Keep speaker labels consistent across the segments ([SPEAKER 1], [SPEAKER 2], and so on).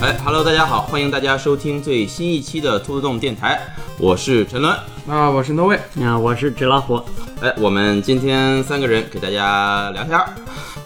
[SPEAKER 1] 哎，Hello，大家好，欢迎大家收听最新一期的兔子洞电台，我是陈伦。
[SPEAKER 2] 啊，我是 No Way，
[SPEAKER 3] 啊，我是纸老虎，
[SPEAKER 1] 哎，我们今天三个人给大家聊天儿。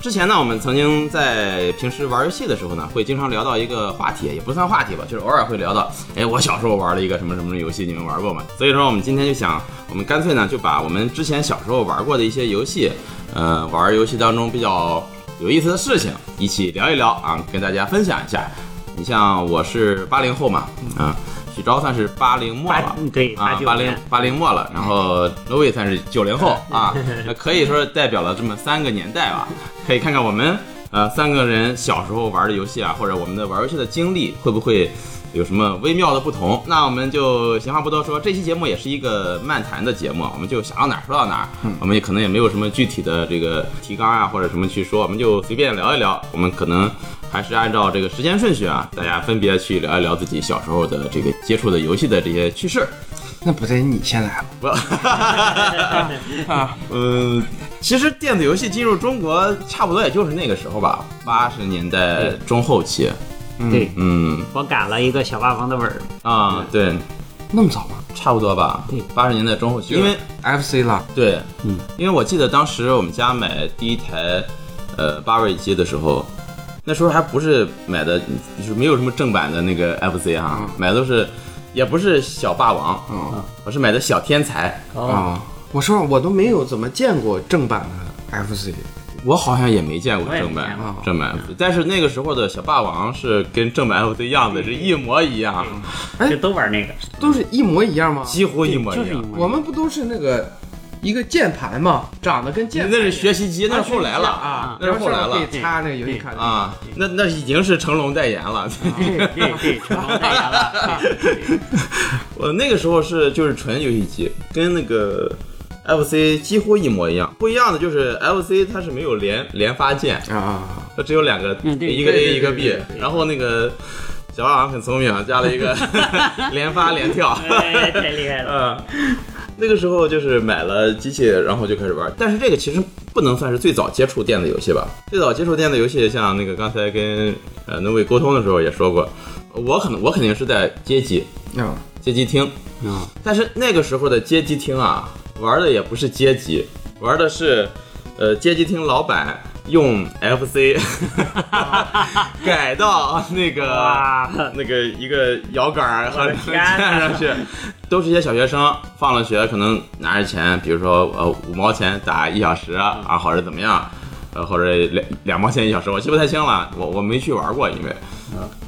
[SPEAKER 1] 之前呢，我们曾经在平时玩游戏的时候呢，会经常聊到一个话题，也不算话题吧，就是偶尔会聊到，哎，我小时候玩了一个什么什么游戏，你们玩过吗？所以说，我们今天就想，我们干脆呢，就把我们之前小时候玩过的一些游戏，呃，玩游戏当中比较有意思的事情，一起聊一聊啊，跟大家分享一下。你像我是八零后嘛，嗯，许昭算是八零末
[SPEAKER 3] 八
[SPEAKER 1] 吧，
[SPEAKER 3] 对
[SPEAKER 1] 啊，
[SPEAKER 3] 九
[SPEAKER 1] 八零
[SPEAKER 3] 年，
[SPEAKER 1] 八零末了，然后 Louis 算是九零后啊，那可以说是代表了这么三个年代吧。可以看看我们呃三个人小时候玩的游戏啊，或者我们的玩游戏的经历会不会有什么微妙的不同？那我们就闲话不多说，这期节目也是一个漫谈的节目，啊我们就想到哪儿说到哪儿，
[SPEAKER 2] 嗯
[SPEAKER 1] 我们也可能也没有什么具体的这个提纲啊或者什么去说，我们就随便聊一聊，我们可能。还是按照这个时间顺序啊，大家分别去聊一聊自己小时候的这个接触的游戏的这些趣事。
[SPEAKER 2] 那不得你先来吧？
[SPEAKER 1] 不，啊， 嗯，其实电子游戏进入中国，差不多也就是那个时候吧，八十年代中后期。
[SPEAKER 3] 对
[SPEAKER 1] 嗯，
[SPEAKER 3] 我赶了一个小霸王的尾儿，
[SPEAKER 1] 啊，对，
[SPEAKER 2] 那么早吗
[SPEAKER 1] 差不多吧。
[SPEAKER 3] 对
[SPEAKER 1] 八十年代中后期，因为
[SPEAKER 2] ？FC 了，
[SPEAKER 1] 对，
[SPEAKER 3] 嗯，
[SPEAKER 1] 因为我记得当时我们家买第一台，呃，八位机的时候，那时候还不是买的，就是没有什么正版的那个 FC 哈、
[SPEAKER 2] 嗯
[SPEAKER 1] 买的都是，也不是小霸王，
[SPEAKER 2] 嗯
[SPEAKER 1] 我是买的小天才，
[SPEAKER 3] 哦，
[SPEAKER 2] 啊，我说我都没有怎么见过正版的 FC，
[SPEAKER 1] 我好像也没见过
[SPEAKER 3] 我也
[SPEAKER 1] 正版
[SPEAKER 3] 没见
[SPEAKER 2] 过
[SPEAKER 1] 正版，但是那个时候的小霸王是跟正版 FC 样子是一模一样，
[SPEAKER 2] 哎
[SPEAKER 3] 就都玩那个，
[SPEAKER 2] 都是一模一样吗？
[SPEAKER 1] 几乎一模
[SPEAKER 3] 就
[SPEAKER 1] 一
[SPEAKER 3] 是
[SPEAKER 1] 样。
[SPEAKER 2] 我们不都是那个一个键盘吗？长得跟键盘
[SPEAKER 1] 那是学习机，那是后来了
[SPEAKER 2] 啊，
[SPEAKER 1] 那是后来
[SPEAKER 2] 然上面
[SPEAKER 1] 了
[SPEAKER 2] 可以插那个游戏卡的
[SPEAKER 1] 啊，那那已经是成龙代言了。
[SPEAKER 2] 嗯
[SPEAKER 3] 对对，成龙代言了，
[SPEAKER 1] 我呃那个时候是就是纯游戏机，跟那个 FC 几乎一模一样。不一样的就是 FC 它是没有连连发键，
[SPEAKER 2] 啊啊，
[SPEAKER 1] 它只有两个，
[SPEAKER 3] 嗯对
[SPEAKER 1] 一个
[SPEAKER 2] 对
[SPEAKER 1] A
[SPEAKER 2] 对
[SPEAKER 1] 一个
[SPEAKER 2] 对
[SPEAKER 1] B
[SPEAKER 2] 对对。
[SPEAKER 1] 然后那个小霸王很聪明啊，加了一个 连发连 跳。
[SPEAKER 3] 哎太厉害了，
[SPEAKER 1] 嗯，那个时候就是买了机器，然后就开始玩。但是这个其实不能算是最早接触电子游戏吧。最早接触电子游戏，像那个刚才跟呃那位沟通的时候也说过，我可能我肯定是在街机
[SPEAKER 2] 啊
[SPEAKER 1] 街机厅，
[SPEAKER 3] 嗯，
[SPEAKER 1] 但是那个时候的街机厅啊，玩的也不是街机，玩的是呃街机厅老板。用 FC 改到那个
[SPEAKER 3] 哇，
[SPEAKER 1] 那个一个摇杆儿和
[SPEAKER 3] 我的
[SPEAKER 1] 键
[SPEAKER 3] 天啊呐
[SPEAKER 1] 上去，都是一些小学生，放了学可能拿着钱，比如说呃五毛钱打一小时
[SPEAKER 3] 嗯
[SPEAKER 1] 啊，或者怎么样，呃或者两两毛钱一小时，我记不太清了，我我没去玩过，因为。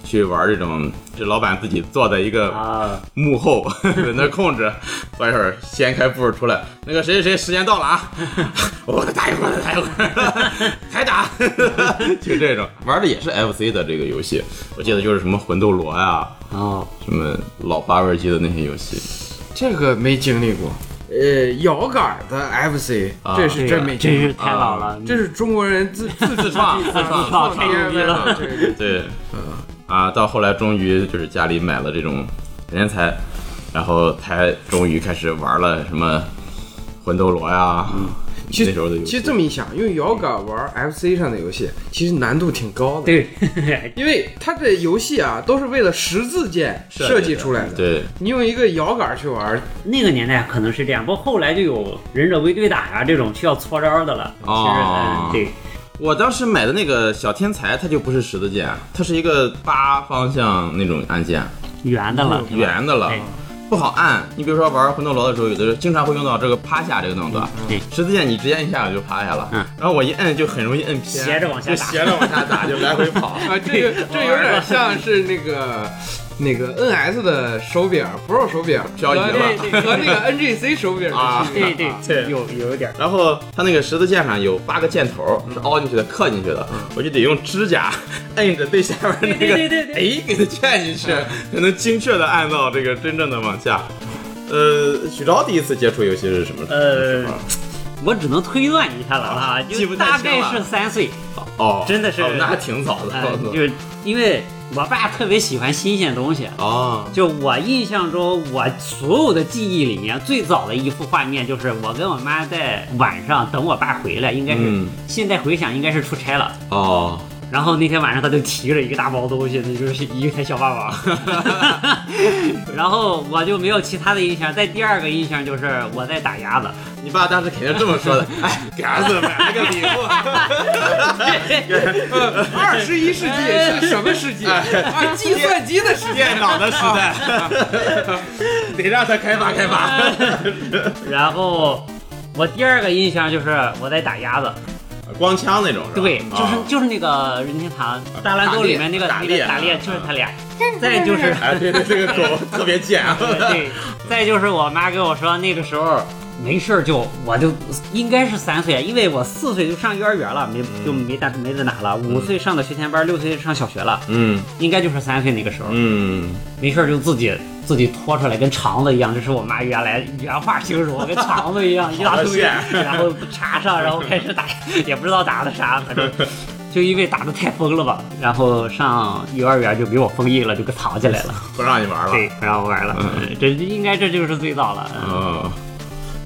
[SPEAKER 1] 去玩这种，是老板自己坐在一 个
[SPEAKER 3] 嗯啊，
[SPEAKER 1] 幕后 在那控制，坐一会儿掀开布出来，那个谁谁谁时间到了啊， 我打一会儿，打一会儿， 还打，就这种玩的也是 FC 的这个游戏，我记得就是什么魂斗罗呀、
[SPEAKER 3] 哦，
[SPEAKER 1] 什么老八位机的那些游戏，
[SPEAKER 2] 这个没经历过。呃，摇杆的 FC，
[SPEAKER 1] 啊
[SPEAKER 2] 这是真没
[SPEAKER 3] 真
[SPEAKER 2] 经
[SPEAKER 3] 是
[SPEAKER 2] 历，
[SPEAKER 3] 太老了，嗯
[SPEAKER 2] 这是中国人自自啊
[SPEAKER 1] 自创自
[SPEAKER 3] 自
[SPEAKER 1] 创，
[SPEAKER 3] 创太牛逼了，
[SPEAKER 2] 对
[SPEAKER 1] 对，啊，到后来终于就是家里买了这种人才，然后才终于开始玩了什么魂斗罗呀，
[SPEAKER 2] 其
[SPEAKER 1] 那时候的游
[SPEAKER 2] 实
[SPEAKER 1] 戏
[SPEAKER 2] 其实这么一想，用摇杆玩 FC 上的游戏，其实难度挺高的。，
[SPEAKER 3] 对，
[SPEAKER 2] 因为它的游戏啊都是为了十字键设计出来的。，
[SPEAKER 1] 对，
[SPEAKER 2] 你用一个摇杆去玩，
[SPEAKER 3] 那个年代可能是这样，不过后来就有忍者龟对打呀这种需要搓招的了，
[SPEAKER 1] 哦
[SPEAKER 3] 其实嗯，
[SPEAKER 1] 我当时买的那个小天才，它就不是十字键，它是一个八方向那种按键，
[SPEAKER 3] 对，圆的了，
[SPEAKER 1] 圆的了
[SPEAKER 3] 对。
[SPEAKER 1] 不好按，你比如说玩魂斗罗的时候，有的时候经常会用到这个趴下这个动作。
[SPEAKER 3] 嗯对
[SPEAKER 1] 十字键你直接一下我就趴下了，
[SPEAKER 3] 嗯
[SPEAKER 1] 然后我一摁就很容易摁偏，
[SPEAKER 3] 斜着往下打
[SPEAKER 1] 就斜着往下打，就来回跑。
[SPEAKER 2] 啊，这个这有点像是那个。那个 NS 的手柄，Pro 手柄
[SPEAKER 1] 漂移了
[SPEAKER 2] 和那和那个 NGC 手柄
[SPEAKER 1] 啊
[SPEAKER 3] 对对
[SPEAKER 1] 对
[SPEAKER 3] 有有一点儿，
[SPEAKER 1] 然后它那个十字键上有八个箭头，是凹进去的、刻进去的，我就得用指甲摁着对下边那个，
[SPEAKER 3] 嗯对对对嗯对
[SPEAKER 1] 哎，给它嵌进去，才能精确的按到这个真正的往下。呃，许昭第一次接触游戏是什么时候？
[SPEAKER 3] 呃，我只能推断一下了啊，
[SPEAKER 1] 记
[SPEAKER 3] 就
[SPEAKER 1] 不太
[SPEAKER 3] 大
[SPEAKER 1] 清
[SPEAKER 3] 概
[SPEAKER 1] 了
[SPEAKER 3] 是三岁，
[SPEAKER 1] 哦，
[SPEAKER 3] 真的是
[SPEAKER 1] 哦那还挺早的。
[SPEAKER 3] 呃，就是因为我爸特别喜欢新鲜东西。
[SPEAKER 1] 哦，
[SPEAKER 3] 就我印象中，我所有的记忆里面最早的一幅画面，就是我跟我妈在晚上等我爸回来，应该是、
[SPEAKER 1] 嗯
[SPEAKER 3] 现在回想应该是出差了，
[SPEAKER 1] 哦，
[SPEAKER 3] 然后那天晚上他就提着一个大包东西，那就是一台小霸王。 然后我就没有其他的印象。再第二个印象就是我在打鸭子，
[SPEAKER 1] 你爸当时肯定是这么说的，哎，给儿子买了个礼 物，
[SPEAKER 2] 啊二十一世
[SPEAKER 3] 哎
[SPEAKER 2] 纪是什么世
[SPEAKER 1] 哎
[SPEAKER 2] 纪？啊，计算机的世界。
[SPEAKER 1] 电脑的时代， 得让他开发开发。
[SPEAKER 3] 然后我第二个印象就是我在打鸭子，
[SPEAKER 1] 光枪那种是吧？
[SPEAKER 3] 对，就是
[SPEAKER 1] 啊呃
[SPEAKER 3] 就是那个任天堂大乱斗里面那个
[SPEAKER 1] 打
[SPEAKER 3] 那
[SPEAKER 1] 猎
[SPEAKER 3] 个打猎，就是他俩。再 嗯就是呃
[SPEAKER 1] 哎，对对，这个 狗特别贱啊！
[SPEAKER 3] 对，再就是我妈跟我说，那个时候没事儿就我就应该是三岁，因为我四岁就上幼儿园了，没就没打没在哪了。五岁上的学前班，六岁上小学了，
[SPEAKER 1] 嗯
[SPEAKER 3] 应该就是三岁那个时候，
[SPEAKER 1] 嗯，
[SPEAKER 3] 没事儿就自己自己拖出来，跟肠子一样，这是我妈原来原话形容，跟肠子一样一大
[SPEAKER 1] 好
[SPEAKER 3] 堆，
[SPEAKER 1] 线
[SPEAKER 3] 然后插上，然后开始打，也不知道打的啥，反正。就因为打的太疯了吧，然后上幼儿园就给我封印了，就给藏起来了。
[SPEAKER 1] 不让你玩了。
[SPEAKER 3] 对，不让我玩了。呃这应该这就是最早了。嗯
[SPEAKER 1] 哦，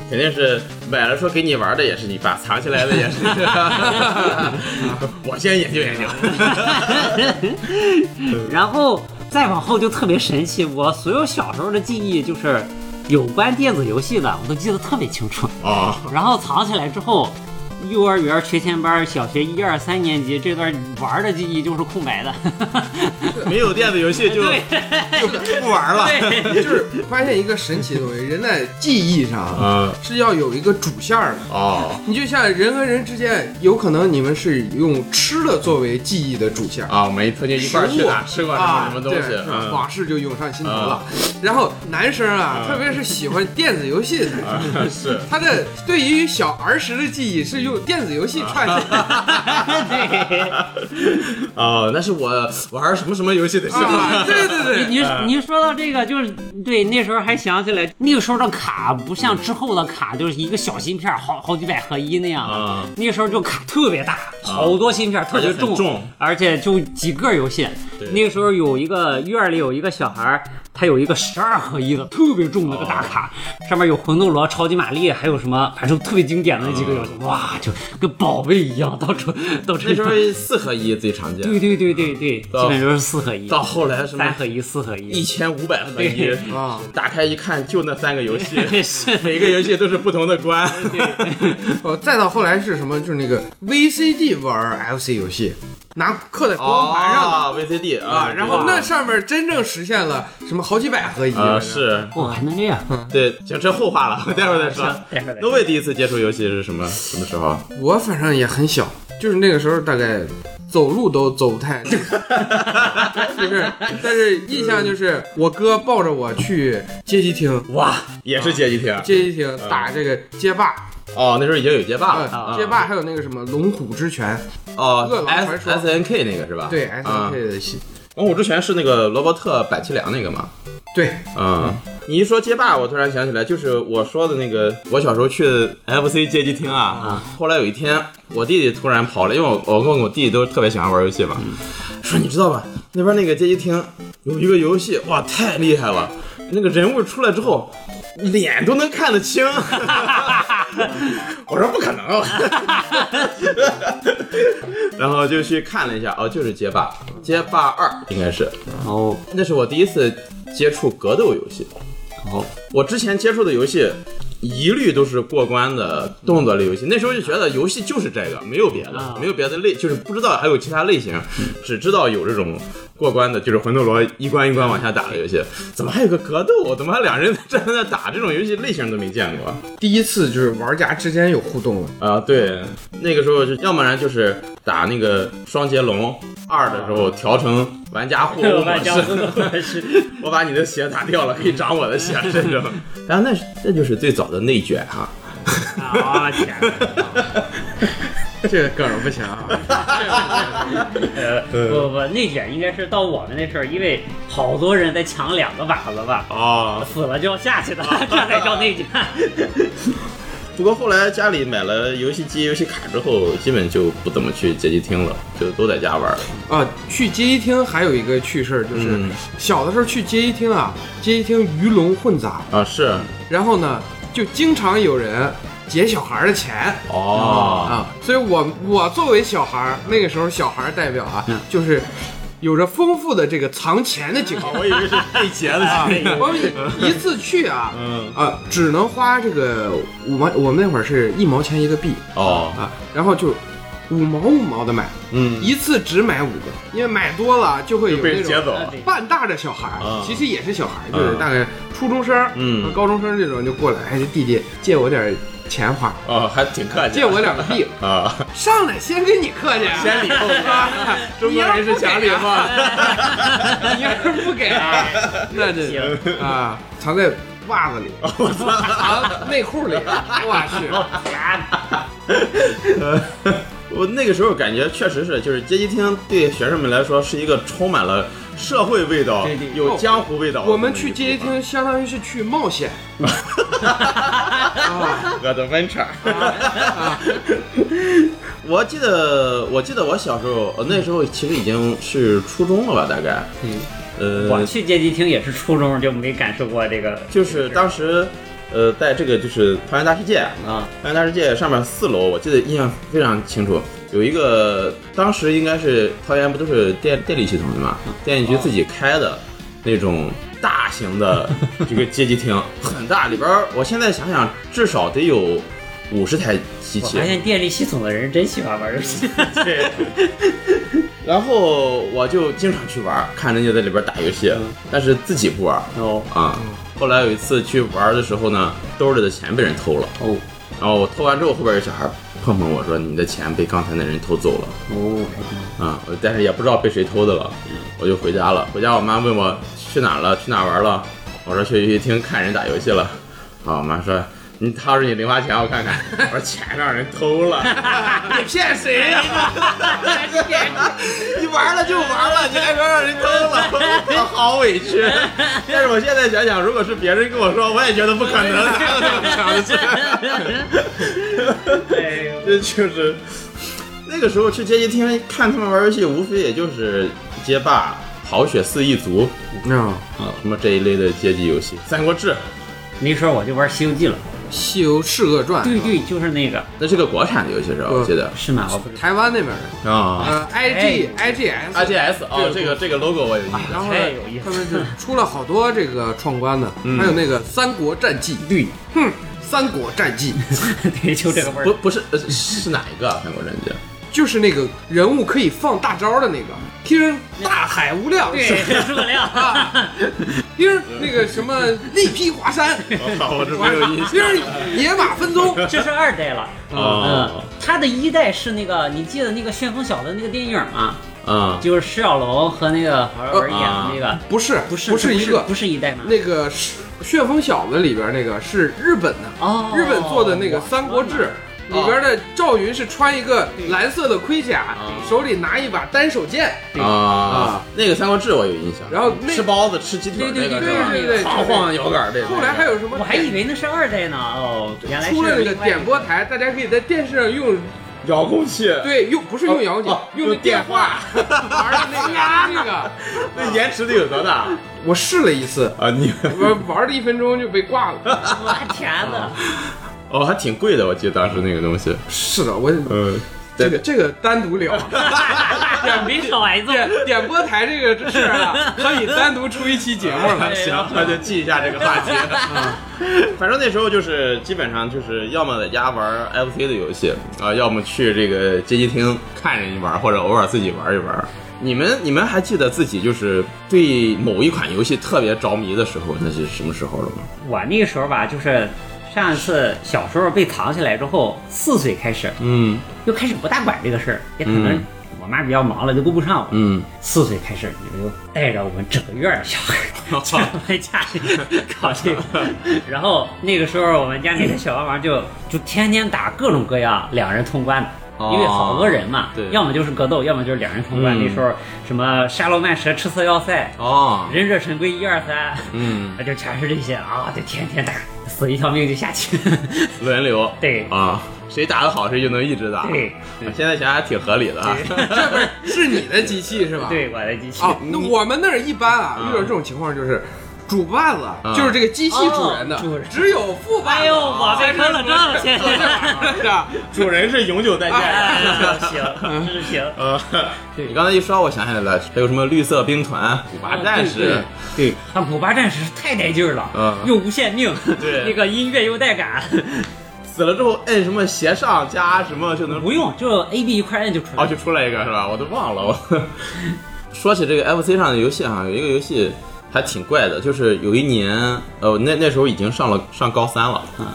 [SPEAKER 1] 肯定是买了说给你玩的也是你爸，藏起来的也是。 我先研究研究。
[SPEAKER 3] 然后再往后就特别神奇，我所有小时候的记忆就是有关电子游戏的，我都记得特别清楚。
[SPEAKER 1] 哦，
[SPEAKER 3] 然后藏起来之后，幼儿园学前班、小学一二三年级这段玩的记忆就是空白的。
[SPEAKER 1] 没有电子游戏就
[SPEAKER 3] 对
[SPEAKER 1] 就不玩了。
[SPEAKER 2] 就是发现一个神奇的东西，人在记忆上
[SPEAKER 1] 嗯，
[SPEAKER 2] 是要有一个主线儿的。
[SPEAKER 1] 哦
[SPEAKER 2] 你就像人和人之间，有可能你们是用吃的作为记忆的主线。
[SPEAKER 1] 啊，我们曾经一块儿去哪儿吃过什么
[SPEAKER 2] 啊，
[SPEAKER 1] 什么东西
[SPEAKER 2] 对？
[SPEAKER 1] 嗯
[SPEAKER 2] 往事就涌上心头了。然后男生啊，特别是喜欢电子游戏的，
[SPEAKER 1] 啊，是。
[SPEAKER 2] 他的对于小儿时的记忆是用电子游戏串起 来的。啊
[SPEAKER 1] 哦， 那是 我玩什么什么游戏的时候
[SPEAKER 2] 啊，。对对对，
[SPEAKER 3] 你
[SPEAKER 1] 嗯
[SPEAKER 3] 你说到这个，就是对那时候还想起来，那个时候的卡不像之后的卡，就是一个小芯片儿好好几百合一那样的。
[SPEAKER 1] 啊
[SPEAKER 3] 那时候就卡特别大，好多芯片儿，特
[SPEAKER 1] 嗯
[SPEAKER 3] 别
[SPEAKER 1] 而
[SPEAKER 3] 重，
[SPEAKER 1] 且很重
[SPEAKER 3] 而且就几个游戏
[SPEAKER 1] 对。
[SPEAKER 3] 那个时候有一个院儿里有一个小孩儿，他有一个十二合一的特别重的一个
[SPEAKER 1] 哦
[SPEAKER 3] 大卡，上面有魂斗罗、超级玛丽，还有什么，反正特别经典的那几个游戏，哇，就跟宝贝一样，到处到处
[SPEAKER 1] 嗯那时候四合一最常见，
[SPEAKER 3] 对对对对对，基本都是四合一。
[SPEAKER 1] 到后来什
[SPEAKER 3] 三
[SPEAKER 1] 么
[SPEAKER 3] 合一、四合一，
[SPEAKER 1] 一千五百合一
[SPEAKER 3] 对，
[SPEAKER 2] 啊，
[SPEAKER 1] 打开一看就那三个游戏，
[SPEAKER 3] 是
[SPEAKER 1] 每个游戏都是不同的关。
[SPEAKER 2] 哦，再到后来是什么？就是那个 VCD 玩 FC 游戏，拿刻
[SPEAKER 1] 哦
[SPEAKER 2] 在光盘上的。
[SPEAKER 1] VCD
[SPEAKER 2] 啊，
[SPEAKER 1] 啊，
[SPEAKER 2] 然后
[SPEAKER 1] 那
[SPEAKER 2] 那上面真正实现了什么好几百合一
[SPEAKER 1] 啊是
[SPEAKER 3] 哇，还能这样？
[SPEAKER 1] 对，行，这后话 了，待会儿再说。
[SPEAKER 3] 待会儿再
[SPEAKER 1] 那
[SPEAKER 3] 说
[SPEAKER 1] 魏第一次接触游戏是什么什么时候？
[SPEAKER 2] 我反正也很小，就是那个时候大概走路都走不太， 就是，但是印象就是我哥抱着我去街机厅，
[SPEAKER 1] 哇，也是街机厅
[SPEAKER 2] 街机厅打这个街霸，
[SPEAKER 1] 哦，那时候已经有街霸了。
[SPEAKER 2] 嗯啊，街霸还有那个什么龙虎之拳，饿
[SPEAKER 1] 哦
[SPEAKER 2] 狼传
[SPEAKER 1] ，S
[SPEAKER 2] 说
[SPEAKER 1] S N K 那个是吧？
[SPEAKER 2] 对
[SPEAKER 1] 啊
[SPEAKER 2] ，S N K 的戏，
[SPEAKER 1] 龙虎之拳是那个罗伯特·百七良那个嘛？
[SPEAKER 2] 对，
[SPEAKER 1] 嗯，你一说街霸，我突然想起来，就是我说的那个，我小时候去 FC 街机厅啊。后来有一天，我弟弟突然跑了，因为我我跟我弟弟都特别喜欢玩游戏嘛，说你知道吧，那边那个街机厅有一个游戏，哇，太厉害了，那个人物出来之后。脸都能看得清，我说不可能，啊 然后就去看了一下，哦，就是街霸，街霸二应该是，
[SPEAKER 3] 哦
[SPEAKER 1] 那是我第一次接触格斗游戏。
[SPEAKER 3] 哦，
[SPEAKER 1] 我之前接触的游戏，一律都是过关的动作类游戏。那时候就觉得游戏就是这个，没有别的
[SPEAKER 3] 啊，
[SPEAKER 1] 没有别的类，就是不知道还有其他类型，只知道有这种过关的，就是魂斗罗一关一关往下打的游戏。怎么还有个格斗？怎么还两人站在那打？这种游戏类型都没见过。
[SPEAKER 2] 第一次就是玩家之间有互动了，
[SPEAKER 1] 啊，对，那个时候是要不然就是打那个双截龙二的时候调成玩家互殴模式。
[SPEAKER 3] 是，
[SPEAKER 1] 我把你的鞋打掉了，可以长我的鞋这种。然后那是那就是最早的内卷哈、
[SPEAKER 3] 啊天哪！
[SPEAKER 2] 这个梗儿不行啊，
[SPEAKER 3] 呃，不不，内卷应该是到我们那时候，因为好多人在抢两个靶子吧，
[SPEAKER 1] 哦，
[SPEAKER 3] 死了就要下去的，这才叫内卷。
[SPEAKER 1] 不过后来家里买了游戏机、游戏卡之后，基本就不怎么去街机厅了，就都在家玩儿。
[SPEAKER 2] 啊，去街机厅还有一个趣事儿就是
[SPEAKER 1] 嗯，
[SPEAKER 2] 小的时候去街机厅啊，街机厅鱼龙混杂，
[SPEAKER 1] 啊，是，
[SPEAKER 2] 然后呢，就经常有人劫小孩的钱
[SPEAKER 4] 哦，
[SPEAKER 2] 啊，所以我我作为小孩儿，那个时候小孩儿代表啊，
[SPEAKER 4] 嗯
[SPEAKER 2] 就是有着丰富的这个藏钱 的经验。
[SPEAKER 4] 我以为是太闲
[SPEAKER 1] 啊
[SPEAKER 4] 了，
[SPEAKER 2] 我们一次去啊，
[SPEAKER 4] 嗯
[SPEAKER 2] 啊，只能花这个五毛，我们那会儿是一毛钱一个币
[SPEAKER 4] 哦，
[SPEAKER 2] 啊，然后就五毛五毛的买，
[SPEAKER 4] 嗯，
[SPEAKER 2] 一次只买五个，因为买多了就会有
[SPEAKER 4] 被
[SPEAKER 2] 那
[SPEAKER 4] 人劫
[SPEAKER 2] 种
[SPEAKER 4] 走了，
[SPEAKER 2] 半大的小孩儿
[SPEAKER 4] 啊，
[SPEAKER 2] 其实也是小孩儿，就是
[SPEAKER 4] 啊
[SPEAKER 2] 大概初中生、
[SPEAKER 1] 嗯
[SPEAKER 2] 高中生这种就过来，哎，弟弟借我点儿钱花，
[SPEAKER 4] 哦，还挺客气，
[SPEAKER 2] 借我两个币，
[SPEAKER 4] 啊，
[SPEAKER 2] 上来先跟你客气，
[SPEAKER 4] 先礼后
[SPEAKER 2] 啊
[SPEAKER 4] 礼， 中
[SPEAKER 2] 你
[SPEAKER 4] 国
[SPEAKER 2] 要是
[SPEAKER 4] 人是讲礼
[SPEAKER 2] 不给啊
[SPEAKER 4] 貌，
[SPEAKER 2] 你要是不给啊， 那
[SPEAKER 3] 行
[SPEAKER 2] 这啊藏在袜子里，
[SPEAKER 4] 我操，
[SPEAKER 2] 藏内裤里，我去。
[SPEAKER 3] 嗯
[SPEAKER 1] 我那个时候感觉确实是，就是街机厅对学生们来说是一个充满了社会味道、
[SPEAKER 3] 对对
[SPEAKER 1] 有江湖味道。
[SPEAKER 2] 哦我们去街机厅，相当于是去冒 险。啊，
[SPEAKER 1] 我的 venture。我记得，我记得我小时候，呃那时候其实已经是初中了吧，大概。嗯。
[SPEAKER 3] 我
[SPEAKER 1] 呃，
[SPEAKER 3] 去街机厅也是初中就没感受过这个，
[SPEAKER 1] 就是当时，呃，在这个就是桃园大世界
[SPEAKER 3] 啊，
[SPEAKER 1] 桃园大世界上面四楼，我记得印象非常清楚。有一个，当时应该是桃园不都是电电力系统的嘛，
[SPEAKER 3] 嗯
[SPEAKER 1] 电力局自己开的那种大型 的这个街机厅，很大，里边儿我现在想想至少得有五十台机
[SPEAKER 3] 我
[SPEAKER 1] 器
[SPEAKER 3] 发。现电力系统的人真喜欢玩游戏。
[SPEAKER 1] 对。 然后我就经常去玩儿，看人家在里边儿打游戏，
[SPEAKER 3] 嗯
[SPEAKER 1] 但是自己不玩儿
[SPEAKER 3] 哦
[SPEAKER 1] 啊。后来有一次去玩儿的时候呢，兜里的钱被人偷了，
[SPEAKER 3] 哦
[SPEAKER 1] 然后我偷完之后，后边有小孩碰碰我说：“你的钱被刚才那人偷走了
[SPEAKER 3] 哦，
[SPEAKER 1] 啊！”我但是也不知道被谁偷的了，嗯我就回家了。回家我妈问我去哪儿了，去哪儿玩了，我说去游戏厅看人打游戏了。啊，我妈说。你掏出你零花钱，我看看。 我说钱让人偷了， 你骗谁呀、 你玩了就玩了，你还说让人偷 了，我好委屈。但是我现在想想，如果是别人跟我说，我也觉得不可 能，哪有这么强的事？
[SPEAKER 3] 哎呦，
[SPEAKER 1] 这就是那个时候去街机厅看他们玩游戏，无非也就是街霸、跑雪四一族
[SPEAKER 2] 那《
[SPEAKER 1] 啊，什么这一类的街机游戏，《三国志》
[SPEAKER 3] 没事儿我就玩《西游记》了。
[SPEAKER 2] 西游释厄传》
[SPEAKER 3] 对对，就是那个，
[SPEAKER 1] 那是个国产的游戏是吧？
[SPEAKER 2] 嗯
[SPEAKER 1] 我记得
[SPEAKER 3] 是吗？我不知道。
[SPEAKER 2] 台湾那边的，
[SPEAKER 1] 啊
[SPEAKER 2] 呃，IG
[SPEAKER 3] 哎
[SPEAKER 2] IGS，
[SPEAKER 1] ，RGS 哦，这个这个 logo 我有印象。
[SPEAKER 2] 然后呢
[SPEAKER 3] 太哎有意思嗯
[SPEAKER 2] 他
[SPEAKER 3] 了
[SPEAKER 2] 们就出了好多这个闯关 的，还有那个《三国战记》。对，哼，《三国战记》
[SPEAKER 3] 对，就这个味
[SPEAKER 1] 不
[SPEAKER 3] 儿。
[SPEAKER 1] 不是呃是是哪一个啊？三国战记？
[SPEAKER 2] 就是那个人物可以放大招的那个，听大海无量，
[SPEAKER 3] 对，诸葛亮。
[SPEAKER 2] 啊，听那个什么力劈华山，
[SPEAKER 1] 我操，我这
[SPEAKER 2] 听野马分鬃，
[SPEAKER 3] 这是二代了，
[SPEAKER 1] 哦
[SPEAKER 3] 嗯，他的一代是那个，你记得那个旋风小的那个电影吗？
[SPEAKER 1] 啊
[SPEAKER 3] 就是释小龙和那个黄蓉演的那个，
[SPEAKER 2] 不是
[SPEAKER 3] 不
[SPEAKER 2] 啊
[SPEAKER 3] 是
[SPEAKER 2] 不是一个
[SPEAKER 3] 不是一代吗？
[SPEAKER 2] 那个是《旋风小子》里边那个是日本的，
[SPEAKER 3] 哦
[SPEAKER 2] 日本做的那个《三国
[SPEAKER 3] 我
[SPEAKER 2] 志》里边的赵云是穿一个蓝色的盔甲，手里拿一把单手剑，
[SPEAKER 1] 啊！那个《三国志》我有印象。
[SPEAKER 2] 然后那
[SPEAKER 1] 吃包子吃鸡腿那个
[SPEAKER 2] 对
[SPEAKER 1] 是吧？
[SPEAKER 2] 对对，
[SPEAKER 1] 晃晃摇杆儿这个。
[SPEAKER 2] 后来还有什么？
[SPEAKER 3] 我还以为那是二代呢，哦，原来是
[SPEAKER 2] 出了那个
[SPEAKER 3] 另外一
[SPEAKER 2] 点播台，大家可以在电视上用
[SPEAKER 1] 遥控器，
[SPEAKER 2] 对用不是用遥控器
[SPEAKER 1] 哦，
[SPEAKER 2] 用的
[SPEAKER 1] 用电
[SPEAKER 2] 电话 玩的那个那个，
[SPEAKER 1] 那延迟得有多大
[SPEAKER 2] 我试了一次，
[SPEAKER 1] 啊？你
[SPEAKER 2] 玩玩了一分钟就被挂了。
[SPEAKER 3] 我天哪！
[SPEAKER 1] 哦，还挺贵的，我记得当时那个东西。
[SPEAKER 2] 是的，我
[SPEAKER 1] 嗯，
[SPEAKER 2] 这个这个单独 聊。啊
[SPEAKER 3] 也没少挨 揍。
[SPEAKER 2] 点点播台这个事儿啊，可以单独出一期节目 了。
[SPEAKER 1] 行，那就记一下这个话 题。嗯反正那时候就是基本上就是要么在家玩 FC 的游戏啊、要么去这个街机厅看人家玩，或者偶尔自己玩一玩。你们你们还记得自己就是对某一款游戏特别着迷的时候，那是什么时候了吗？
[SPEAKER 3] 我那时候吧，就是上一次小时候被藏起来之后，四岁开始
[SPEAKER 1] 嗯
[SPEAKER 3] 又开始不大管这个事儿，也可能
[SPEAKER 1] 嗯
[SPEAKER 3] 我妈比较忙了，就顾不上我。
[SPEAKER 1] 嗯，
[SPEAKER 3] 四岁开始，你就带着我们整个院儿小孩全
[SPEAKER 1] 嗯
[SPEAKER 3] 部在家里搞这个。然后那个时候，我们家那个小帮忙就就天天打各种各样两人通关的。
[SPEAKER 1] 哦
[SPEAKER 3] 因为好多人嘛，
[SPEAKER 1] 对
[SPEAKER 3] 要么就是格斗，要么就是两人通关。
[SPEAKER 1] 嗯
[SPEAKER 3] 那时候什么沙罗曼蛇吃色要塞、
[SPEAKER 1] 哦，
[SPEAKER 3] 忍者神龟一二三，
[SPEAKER 1] 嗯，
[SPEAKER 3] 那就全是这些啊，就天天打，死一条命就下去。
[SPEAKER 1] 轮流
[SPEAKER 3] 对
[SPEAKER 1] 啊，谁打得好谁就能一直打。
[SPEAKER 3] 对
[SPEAKER 1] 现在想想还挺合理的啊。
[SPEAKER 2] 这不是是你的机器是吧？。
[SPEAKER 3] 对，我的机器。
[SPEAKER 2] 哦哦，那我们那儿一般啊，
[SPEAKER 1] 嗯
[SPEAKER 2] 遇到这种情况就是，主办了，
[SPEAKER 1] 嗯
[SPEAKER 2] 就是这个机器主人的，
[SPEAKER 3] 哦主人
[SPEAKER 2] 只有副办了。
[SPEAKER 3] 哎呦，我
[SPEAKER 1] 啊
[SPEAKER 3] 被坑了这 么些，
[SPEAKER 1] 是啊，
[SPEAKER 4] 主人是永久代驾人。
[SPEAKER 3] 行，真是行。
[SPEAKER 4] 呃，
[SPEAKER 1] 你刚才一说，我想起来了，还有什么绿色兵团、古巴战士，
[SPEAKER 3] 对，看古巴战士太带劲儿了，
[SPEAKER 1] 嗯
[SPEAKER 3] 又无限 命，
[SPEAKER 1] 对
[SPEAKER 3] 那个音乐又带 感，
[SPEAKER 1] 死了之后摁什么斜上加什么就能
[SPEAKER 3] 不用就 A B 一块摁就出
[SPEAKER 1] 哦，
[SPEAKER 3] 来了。
[SPEAKER 1] 就出来一个是吧？我都忘了。我说起这个 FC 上的游戏啊，有一个游戏还挺怪的，就是有一年，呃，那那时候已经上了上高三了。
[SPEAKER 3] 嗯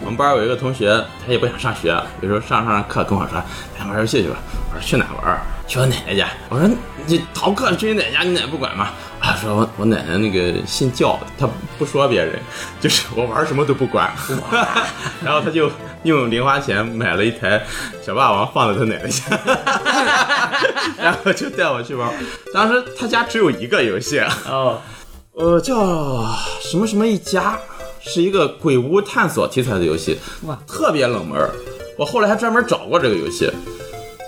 [SPEAKER 1] 我们班有一个同学，他也不想上学，有时候上上上课跟我说：“咱玩游戏去吧。”我说：“去哪玩儿？”去我奶奶家。我说：“你逃课去你奶家，你奶奶不管吗？”啊，说我我奶奶那个信教，她不说别人，就是我玩什么都不管。 然后他就用零花钱买了一台小霸王，放在他奶奶家。然后就带我去玩。当时他家只有一个游戏，啊
[SPEAKER 3] 哦，
[SPEAKER 1] 呃，叫什么什么一家，是一个鬼屋探索题材的游戏，
[SPEAKER 3] 哇，
[SPEAKER 1] 特别冷门儿。我后来还专门找过这个游戏，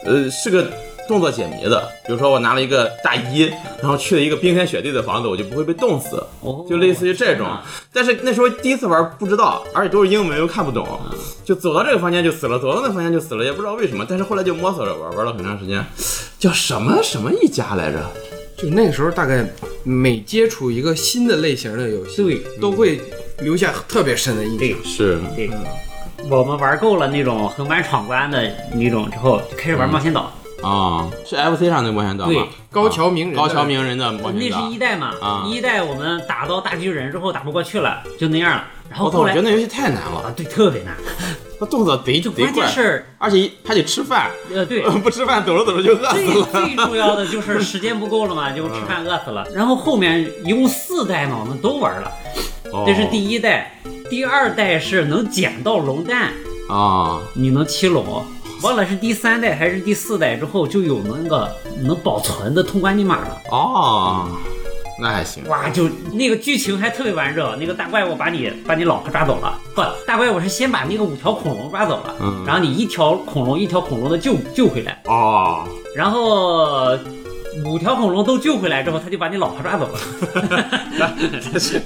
[SPEAKER 1] 呃，是个动作解谜的。比如说我拿了一个大衣，然后去了一个冰天雪地的房子，我就不会被冻死。
[SPEAKER 3] 哦
[SPEAKER 1] 就类似于这种
[SPEAKER 3] 天哪。
[SPEAKER 1] 但是那时候第一次玩不知道，而且都是英文又看不懂，就走到这个房间就死了，走到那房间就死了，也不知道为什么。但是后来就摸索着玩，玩了很长时间，叫什么什么一家来着？
[SPEAKER 2] 就那个时候，大概每接触一个新的类型的游戏，
[SPEAKER 3] 对，
[SPEAKER 2] 都会留下特别深的印
[SPEAKER 3] 对
[SPEAKER 2] 象。
[SPEAKER 1] 是
[SPEAKER 3] 对，我们玩够了那种横版闯关的那种之后，就开始玩冒险岛，
[SPEAKER 1] 啊、是 FC 上的冒险岛吗啊
[SPEAKER 3] 对？
[SPEAKER 2] 高桥名人的，
[SPEAKER 1] 高桥名人的冒
[SPEAKER 3] 嗯那
[SPEAKER 1] 险岛
[SPEAKER 3] 是。一代嘛，
[SPEAKER 1] 啊
[SPEAKER 3] 一代我们打到大巨人之后打不过去了，就那样了。然后
[SPEAKER 1] 哦我操！
[SPEAKER 3] 后
[SPEAKER 1] 我
[SPEAKER 3] 来
[SPEAKER 1] 觉得那游戏太难了，
[SPEAKER 3] 啊，对，特别难，
[SPEAKER 1] 那动作贼
[SPEAKER 3] 就
[SPEAKER 1] 贼
[SPEAKER 3] 关键
[SPEAKER 1] 快，
[SPEAKER 3] 是
[SPEAKER 1] 而且还得吃饭，
[SPEAKER 3] 呃， 对，
[SPEAKER 1] 不吃饭走着走着就饿死
[SPEAKER 3] 最
[SPEAKER 1] 了。
[SPEAKER 3] 最重要的就是时间不够了嘛，就吃饭饿死了。然后后面一共四代嘛，我们都玩了，
[SPEAKER 1] 哦
[SPEAKER 3] 这是第一代，第二代是能捡到龙蛋，
[SPEAKER 1] 啊、哦
[SPEAKER 3] 你能七龙。忘了是第三代还是第四代之后就有那个能保存的通关密码了，
[SPEAKER 1] 哦，那还行。
[SPEAKER 3] 哇！就那个剧情还特别完整，那个大怪物把你把你老婆抓走了，不，大怪物是先把那个五条恐龙抓走了，
[SPEAKER 1] 嗯
[SPEAKER 3] 然后你一条恐龙一条恐龙的救救回来，
[SPEAKER 1] 哦，
[SPEAKER 3] 然后五条恐龙都救回来之后，他就把你老婆抓走了。
[SPEAKER 1] 这是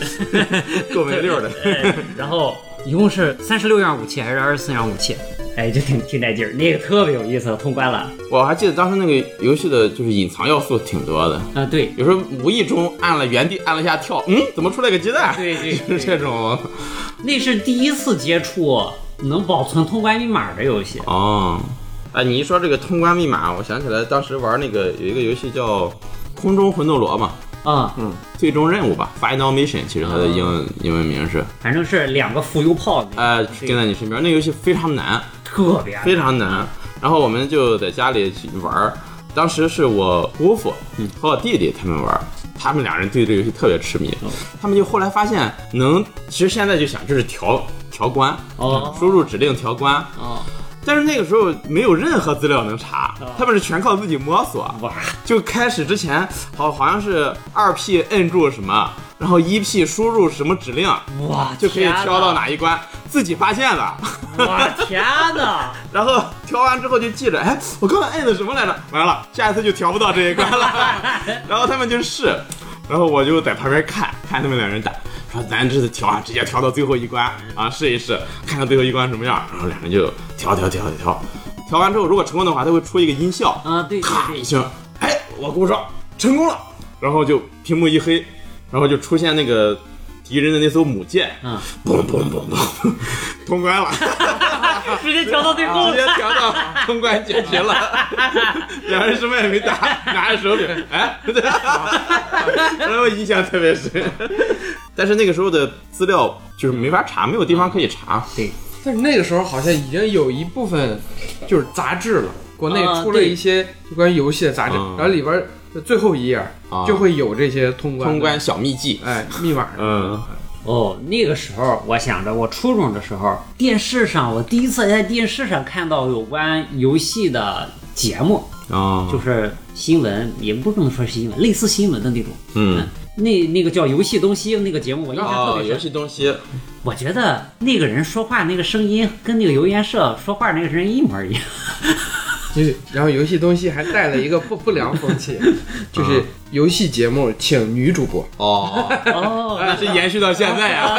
[SPEAKER 1] 够没溜的。
[SPEAKER 3] 哎 然后一共是三十六样武器还是二十四样武器？哎，就挺挺带劲儿，那个特别有意思，通关了。
[SPEAKER 1] 我还记得当时那个游戏的就是隐藏要素挺多的，
[SPEAKER 3] 啊，对
[SPEAKER 1] 有时候无意中按了原地按了一下跳，嗯，怎么出来个鸡蛋？
[SPEAKER 3] 对对
[SPEAKER 1] 就是 这种。
[SPEAKER 3] 那是第一次接触能保存通关密码的游戏。
[SPEAKER 1] 哦，哎，你一说这个通关密码，我想起来当时玩那个有一个游戏叫《空中魂斗罗》嘛，
[SPEAKER 3] 啊、
[SPEAKER 1] 最终任务吧，Final Mission，其实它的英文、英文名是，
[SPEAKER 3] 反正是两个浮游炮，
[SPEAKER 1] 呃，跟在你身边。那游戏非常难，
[SPEAKER 3] 特别
[SPEAKER 1] 非常难。然后我们就在家里去玩儿，当时是我姑父和我弟弟他们玩儿，他们俩人对这个游戏特别痴迷，他们就后来发现能，其实现在就想就是调调关，
[SPEAKER 3] 哦
[SPEAKER 1] 输入指令调关，
[SPEAKER 3] 哦，
[SPEAKER 1] 但是那个时候没有任何资料能查，他们是全靠自己摸索。
[SPEAKER 3] 哇，
[SPEAKER 1] 就开始之前，好好像是二 P 摁住什么，然后一 P 输入什么指令，
[SPEAKER 3] 哇，
[SPEAKER 1] 就可以
[SPEAKER 3] 天
[SPEAKER 1] 挑到哪一关，自己发现了。
[SPEAKER 3] 哪？哇，天哪！
[SPEAKER 1] 然后调完之后就记着，哎，我刚才摁的什么来着？完了，下一次就调不到这一关了。然后他们就试，然后我就在旁边看看他们两人打，说咱这次调啊，直接调到最后一关啊，试一试，看看最后一关什么样。然后两人就调调调调调，调完之后如果成功的话，他会出一个音效，
[SPEAKER 3] 啊，对
[SPEAKER 1] 咔
[SPEAKER 3] 对
[SPEAKER 1] 一
[SPEAKER 3] 对，
[SPEAKER 1] 声，哎，我跟我说成功了，然后就屏幕一黑，然后就出现那个敌人的那艘母舰，
[SPEAKER 3] 嗯，
[SPEAKER 1] 嘣嘣嘣嘣，通关了。
[SPEAKER 3] 直接调到最后
[SPEAKER 1] 直接调到通关解决了，两人什么也没打，拿着手柄，哎，对，然后印象特别深。但是那个时候的资料就是没法查，没有地方可以查。
[SPEAKER 2] 但是那个时候好像已经有一部分就是杂志了，国内
[SPEAKER 3] 啊
[SPEAKER 2] 出了
[SPEAKER 3] 对
[SPEAKER 2] 一些就关于游戏的杂志，
[SPEAKER 1] 嗯
[SPEAKER 2] 然后里边儿的最后一页儿
[SPEAKER 1] 啊
[SPEAKER 2] 就会有这些通关的
[SPEAKER 1] 通关小秘籍，
[SPEAKER 2] 哎密码的。
[SPEAKER 1] 嗯，
[SPEAKER 3] 哦，那个时候我想着，我初中的时候，电视上我第一次在电视上看到有关游戏的节目，
[SPEAKER 1] 哦，
[SPEAKER 3] 就是新闻，也不能说是新闻，类似新闻的那种。
[SPEAKER 1] 嗯，
[SPEAKER 3] 那那个叫游戏东西那个节目，我印象特
[SPEAKER 1] 哦，
[SPEAKER 3] 别
[SPEAKER 1] 游
[SPEAKER 3] 深。
[SPEAKER 1] 戏东西，
[SPEAKER 3] 我觉得那个人说话那个声音跟那个油盐社说话那个人一模一样。
[SPEAKER 2] 就是然后游戏东西还带了一个不不 良风气，
[SPEAKER 1] 啊
[SPEAKER 2] 就是游戏节目请女主播，
[SPEAKER 1] 哦，
[SPEAKER 3] 哦
[SPEAKER 1] 那是延续到现在啊。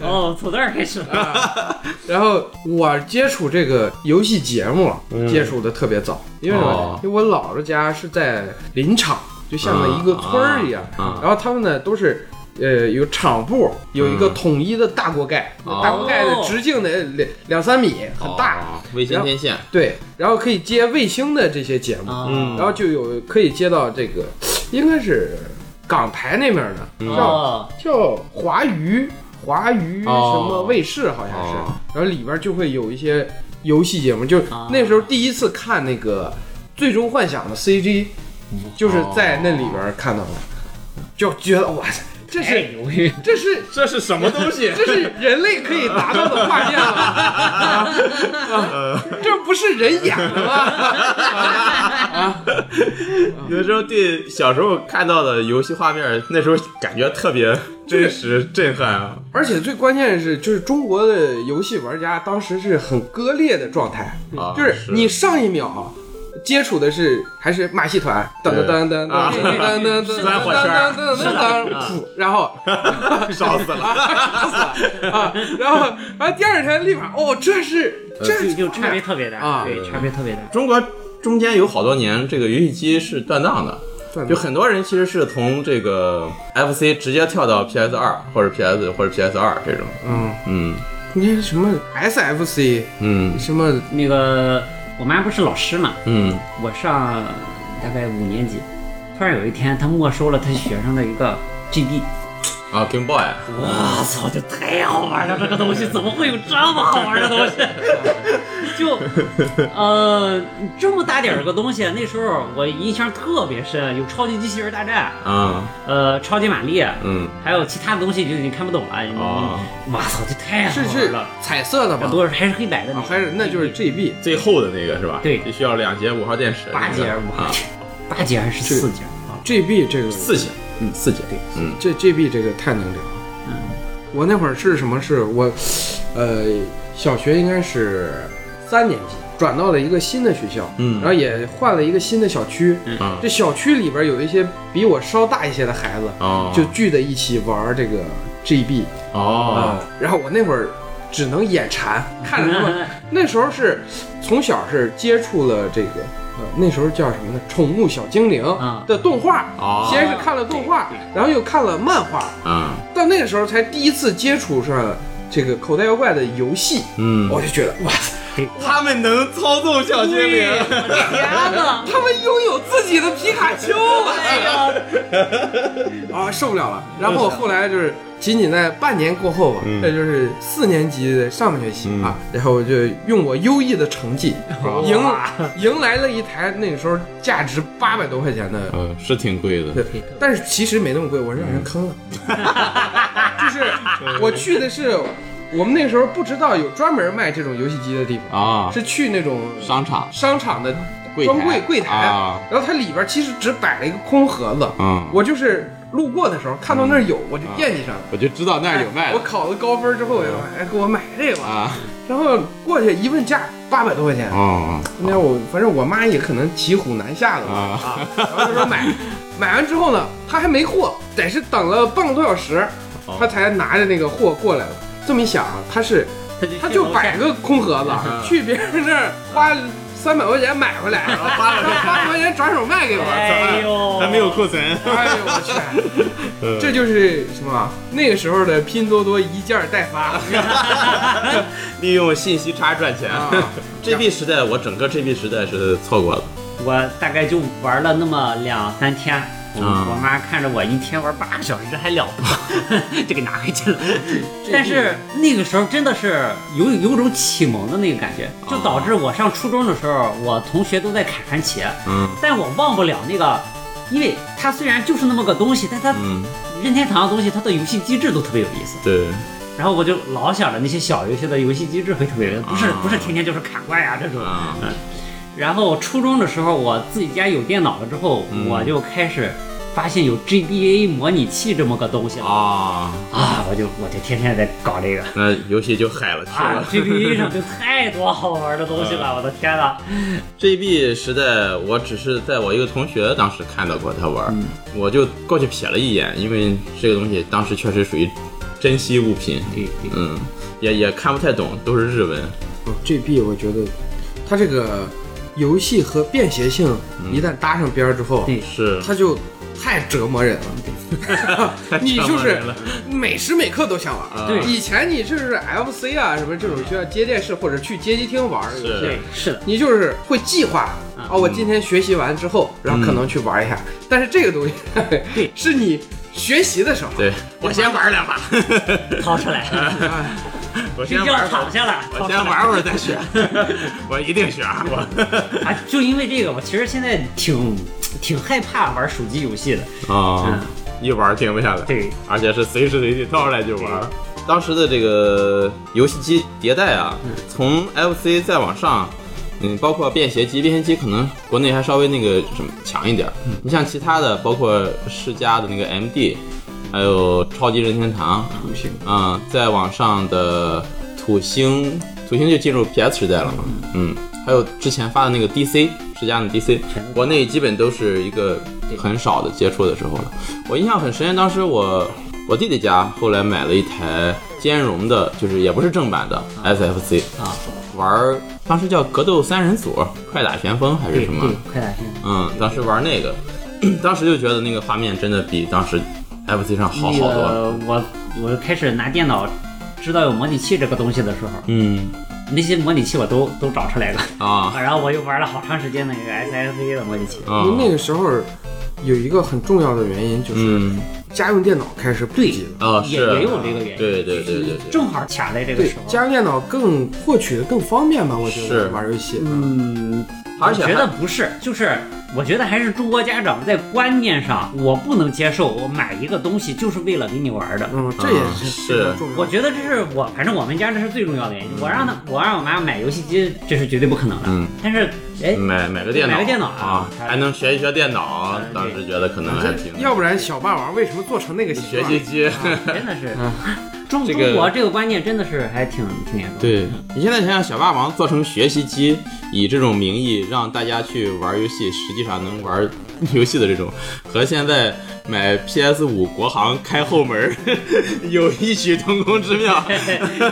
[SPEAKER 3] 哦，从那儿开始了。
[SPEAKER 2] 然后我接触这个游戏节目啊接触的特别早，因为
[SPEAKER 1] 嗯
[SPEAKER 2] 什
[SPEAKER 1] 哦
[SPEAKER 2] 么？因为我姥姥家是在林场，就像一个村儿一样。
[SPEAKER 1] 嗯嗯
[SPEAKER 2] 然后他们呢都是。呃，有厂部，有一个统一的大锅盖，
[SPEAKER 1] 嗯哦
[SPEAKER 2] 大锅盖的直径得两两三米，很大。
[SPEAKER 1] 哦，卫星天线，
[SPEAKER 2] 对，然后可以接卫星的这些节目，
[SPEAKER 1] 啊
[SPEAKER 3] 嗯
[SPEAKER 2] 然后就有可以接到这个，应该是港台那边的，叫
[SPEAKER 3] 哦，
[SPEAKER 2] 叫华娱，华娱什
[SPEAKER 1] 哦
[SPEAKER 2] 么卫视好像是，
[SPEAKER 1] 哦
[SPEAKER 2] 然后里边就会有一些游戏节目，就
[SPEAKER 3] 啊
[SPEAKER 2] 那时候第一次看那个《最终幻想》的 CG，就是在那里边看到的，就觉得哇塞，这
[SPEAKER 3] 太
[SPEAKER 2] 是
[SPEAKER 3] 牛逼！
[SPEAKER 2] 这是
[SPEAKER 4] 这是什么东西？
[SPEAKER 2] 这是人类可以达到的画 面了，啊
[SPEAKER 4] 呃
[SPEAKER 2] 啊这不是人演 的吗？啊
[SPEAKER 1] 有时候对小时候看到的游戏画面，那时候感觉特别真实震撼啊。
[SPEAKER 2] 而且最关键的是，就是中国的游戏玩家当时是很割裂的状态，
[SPEAKER 1] 啊
[SPEAKER 2] 就是你上一秒。接触的是还是马戏团，噔
[SPEAKER 1] 对
[SPEAKER 2] 噔噔噔
[SPEAKER 1] 啊
[SPEAKER 2] 噔噔噔噔，
[SPEAKER 1] 钻火圈
[SPEAKER 2] 噔
[SPEAKER 1] 儿
[SPEAKER 2] 噔噔噔，噗，然后
[SPEAKER 1] 烧死了，
[SPEAKER 2] 啊死了啊，然后然后第二天立马哦，这是这
[SPEAKER 3] 就就差别特别大
[SPEAKER 2] 啊
[SPEAKER 3] 对，差别特别大。
[SPEAKER 1] 中国中间有好多年这个游戏机是断档的，
[SPEAKER 2] 断档
[SPEAKER 1] 就很多人其实是从这个 FC 直接跳到 PS 二或者 PS 或者 PS 二这种。
[SPEAKER 2] 嗯，
[SPEAKER 1] 嗯
[SPEAKER 2] 你看什么 SFC
[SPEAKER 1] 嗯
[SPEAKER 2] 什么
[SPEAKER 3] 那个我妈不是老师嘛，
[SPEAKER 1] 嗯
[SPEAKER 3] 我上大概五年级，突然有一天她没收了她学生的一个 GB，
[SPEAKER 1] 啊，Game Boy，
[SPEAKER 3] 我操，就太好玩了！这个东西怎么会有这么好玩的东 西？就，呃，这么大点儿个东西，那时候我印象特别深，有超级机器人大战，
[SPEAKER 1] 啊
[SPEAKER 3] 呃，超级玛丽，
[SPEAKER 1] 嗯
[SPEAKER 3] 还有其他的东西就已经看不懂了。
[SPEAKER 1] 哦
[SPEAKER 3] 我操，这太好
[SPEAKER 2] 是
[SPEAKER 3] 玩
[SPEAKER 2] 是
[SPEAKER 3] 了！
[SPEAKER 2] 彩色的
[SPEAKER 3] 很
[SPEAKER 2] 吗？
[SPEAKER 3] 多还是黑白的
[SPEAKER 2] 啊，，还是那就是 GB
[SPEAKER 1] 最厚的那个是吧？
[SPEAKER 3] 对
[SPEAKER 1] 就需要两节五号电池，
[SPEAKER 3] 八节
[SPEAKER 1] 那个
[SPEAKER 3] 五
[SPEAKER 1] 啊，
[SPEAKER 3] 八节还是四节 啊？
[SPEAKER 2] GB 这个
[SPEAKER 1] 四节，嗯，四节，嗯
[SPEAKER 2] 这 GB 这个太能聊。
[SPEAKER 3] 嗯，
[SPEAKER 2] 我那会儿是什么是我，呃，小学应该是三年级，转到了一个新的学校，
[SPEAKER 1] 嗯
[SPEAKER 2] 然后也换了一个新的小区。
[SPEAKER 1] 啊
[SPEAKER 2] 这小区里边有一些比我稍大一些的孩子，
[SPEAKER 1] 哦
[SPEAKER 2] 就聚在一起玩这个 GB
[SPEAKER 1] 哦
[SPEAKER 2] 啊、然后我那会儿只能眼馋，看着他们。那时候是从小是接触了这个。呃，那时候叫什么呢？宠物小精灵
[SPEAKER 3] 啊
[SPEAKER 2] 的动画，
[SPEAKER 1] 哦
[SPEAKER 2] 先是看了动画
[SPEAKER 3] 对对，
[SPEAKER 2] 然后又看了漫画，
[SPEAKER 1] 啊
[SPEAKER 2] 到那个时候才第一次接触上这个口袋妖怪的游戏，
[SPEAKER 1] 嗯，
[SPEAKER 2] 我就觉得哇，
[SPEAKER 1] 他们能操纵小精灵，
[SPEAKER 3] 天哪！
[SPEAKER 2] 他们拥有自己的皮卡丘
[SPEAKER 3] 哎呀，
[SPEAKER 2] 啊，受不了了。然后后来就是仅仅在半年过后吧，
[SPEAKER 1] 嗯
[SPEAKER 2] 那就是四年级的上半学期啊，然后我就用我优异的成绩赢迎来了一台那个时候价值八百多块钱的
[SPEAKER 1] 嗯，是挺贵的，
[SPEAKER 2] 对，但是其实没那么贵，我是让人 坑了。就是我去的是，我们那时候不知道有专门卖这种游戏机的地方，
[SPEAKER 1] 啊，
[SPEAKER 2] 是去那种
[SPEAKER 1] 商场
[SPEAKER 2] 商场的
[SPEAKER 1] 柜
[SPEAKER 2] 专
[SPEAKER 1] 台
[SPEAKER 2] 柜柜台，
[SPEAKER 1] 啊
[SPEAKER 2] 然后它里边其实只摆了一个空盒子。
[SPEAKER 1] 嗯
[SPEAKER 2] 我就是路过的时候看到那儿有，我就惦记上了。哎
[SPEAKER 1] 我就知道那儿有卖
[SPEAKER 2] 我
[SPEAKER 1] 的
[SPEAKER 2] 考了高分之后，我就哎给我买这个吧，
[SPEAKER 1] 啊，
[SPEAKER 2] 然后过去一问价，八百多块钱。
[SPEAKER 1] 哦
[SPEAKER 2] 那我反正我妈也可能骑虎难下了吧，
[SPEAKER 1] 啊
[SPEAKER 2] 然后他说买，买完之后呢，他还没货，得是等了半个多小时，他才拿着那个货过来了。这么一想啊，他是他就摆个空盒子，去别人那儿花三百块钱买回来，八百块钱转手卖给我。
[SPEAKER 3] 哎呦，
[SPEAKER 4] 还没有库存，
[SPEAKER 2] 哎呦我去！这就是什么？啊那个时候的拼多多一件代发，
[SPEAKER 1] 利用信息差赚钱
[SPEAKER 2] 啊。
[SPEAKER 1] GB 时代，我整个 GB 时代是错过了。
[SPEAKER 3] 我大概就玩了那么两三天。我
[SPEAKER 1] 啊
[SPEAKER 3] 我妈看着我一天玩八个小时，这还了 得？这给拿回去了。但是那个时候真的是有有种启蒙的那个感觉，
[SPEAKER 1] 啊
[SPEAKER 3] 就导致我上初中的时候，我同学都在砍番茄，
[SPEAKER 1] 嗯
[SPEAKER 3] 但我忘不了那个，因为它虽然就是那么个东西，但它
[SPEAKER 1] 嗯，
[SPEAKER 3] 任天堂的东西，它的游戏机制都特别有意思。
[SPEAKER 1] 对，
[SPEAKER 3] 然后我就老想着那些小游戏的游戏机制会特别，不是
[SPEAKER 1] 啊
[SPEAKER 3] 不是天天就是砍怪啊这种。
[SPEAKER 1] 啊
[SPEAKER 3] 然后初中的时候，我自己家有电脑了之后，
[SPEAKER 1] 嗯
[SPEAKER 3] 我就开始。发现有 GBA 模拟器这么个东西了
[SPEAKER 1] 啊，
[SPEAKER 3] 啊，我就我就天天在搞这个。
[SPEAKER 1] 那游戏就嗨了去
[SPEAKER 3] 啊
[SPEAKER 1] 了。
[SPEAKER 3] ，GBA 上就太多好玩的东西 了，我的天呐！
[SPEAKER 1] GB 时代，我只是在我一个同学当时看到过他玩儿，我就过去瞥了一眼，因为这个东西当时确实属于珍稀物品，
[SPEAKER 3] 对对，
[SPEAKER 1] 嗯，也也看不太懂，都是日文，
[SPEAKER 2] 哦，GB 我觉得它这个游戏和便携性一旦搭上边儿之后，
[SPEAKER 3] 对
[SPEAKER 1] 是
[SPEAKER 2] 它就太折磨人了。 你就
[SPEAKER 1] 折磨
[SPEAKER 2] 是
[SPEAKER 1] 人了
[SPEAKER 2] 每时每刻都想玩儿。
[SPEAKER 3] 对
[SPEAKER 2] 以前你就是 FC 啊什么这种需要接电视或者去街机厅玩儿的游戏，
[SPEAKER 1] 是嗯
[SPEAKER 3] 对，是的，
[SPEAKER 2] 你就是会计划。啊，我今天学习完之后，然后可能去玩一下。但是这个东西，
[SPEAKER 3] 对
[SPEAKER 2] 是你学习的时候，
[SPEAKER 1] 对我先玩两把，
[SPEAKER 3] 掏出来，
[SPEAKER 1] 我 先
[SPEAKER 3] 睡觉
[SPEAKER 1] 玩会
[SPEAKER 3] 躺
[SPEAKER 1] 儿，
[SPEAKER 3] 下了，
[SPEAKER 1] 我
[SPEAKER 3] 掏出
[SPEAKER 1] 先
[SPEAKER 3] 来
[SPEAKER 1] 玩会儿再学，我一定学啊，我
[SPEAKER 3] 啊！就因为这个，我其实现在挺挺害怕玩手机游戏的。
[SPEAKER 1] 啊，一玩停不下来，
[SPEAKER 3] 对，
[SPEAKER 1] 而且是随时随地掏出来就玩。当时的这个游戏机迭代啊，从 FC 再往上，嗯，包括便携机，便携机可能国内还稍微那个什么强一点儿。你像其他的，包括世嘉的那个 MD，还有超级任天堂，
[SPEAKER 2] 不行。
[SPEAKER 1] 嗯，再往上的土星，土星就进入 PS 时代了嘛，嗯，还有之前发的那个 DC 世嘉的 DC，国内基本都是一个很少的接触的时候了。我印象很深，当时我我弟弟家后来买了一台兼容的，就是也不是正版的 SFC
[SPEAKER 3] 啊，
[SPEAKER 1] 玩儿当时叫格斗三人组、快打旋风还是
[SPEAKER 3] 对
[SPEAKER 1] 什么
[SPEAKER 3] 对，，快打旋风
[SPEAKER 1] 嗯，当时玩那个， 当时就觉得那个画面真的比当时 FC 上嗯好好
[SPEAKER 3] 那
[SPEAKER 1] 多了，
[SPEAKER 3] 个我我开始拿电脑知道有模拟器这个东西的时候，
[SPEAKER 1] 嗯
[SPEAKER 3] 那些模拟器我都都找出来了，
[SPEAKER 1] 啊
[SPEAKER 3] 然后我又玩了好长时间那个 SFC 的模拟器。
[SPEAKER 1] 啊
[SPEAKER 2] 因为那个时候有一个很重要的原因，就是
[SPEAKER 1] 嗯。
[SPEAKER 2] 家用电脑开始普
[SPEAKER 3] 对
[SPEAKER 2] 及了。
[SPEAKER 1] 啊，
[SPEAKER 3] 也
[SPEAKER 1] 是
[SPEAKER 3] 也有这个原因
[SPEAKER 1] 对对对对对，
[SPEAKER 3] 正好卡在这个
[SPEAKER 2] 对
[SPEAKER 3] 时，候。
[SPEAKER 2] 家用电脑更获取的更方便吧？我觉
[SPEAKER 1] 是
[SPEAKER 2] 得玩游戏，
[SPEAKER 3] 嗯，
[SPEAKER 1] 而且
[SPEAKER 3] 我觉
[SPEAKER 1] 还
[SPEAKER 3] 得不是，就是我觉得还是中国家长在观念上，我不能接受我买一个东西就是为了给你玩的。
[SPEAKER 2] 嗯，这也
[SPEAKER 1] 啊
[SPEAKER 2] 是
[SPEAKER 1] 是
[SPEAKER 2] 非常重要的。
[SPEAKER 3] 我觉得这是我，反正我们家这是最重要的原因。我让他，我让我妈买游戏机，这是绝对不可能的。
[SPEAKER 1] 嗯，
[SPEAKER 3] 但是，哎，
[SPEAKER 1] 买买个电脑，
[SPEAKER 3] 买个电脑
[SPEAKER 1] 啊
[SPEAKER 3] 啊，
[SPEAKER 1] 还能学一学电脑
[SPEAKER 3] 嗯，
[SPEAKER 1] 当时觉得可能还挺
[SPEAKER 2] 要不然小霸王为什么做成那个形
[SPEAKER 1] 学
[SPEAKER 2] 状？
[SPEAKER 1] 习机。
[SPEAKER 3] 真的是中
[SPEAKER 1] 嗯这个
[SPEAKER 3] 啊中国这个观念真的是还挺挺严重的。
[SPEAKER 1] 对你现在想想，小霸王做成学习机，以这种名义让大家去玩游戏，实际上能玩 游戏的这种，和现在买 PS 五国行开后门儿 有异曲同工之妙。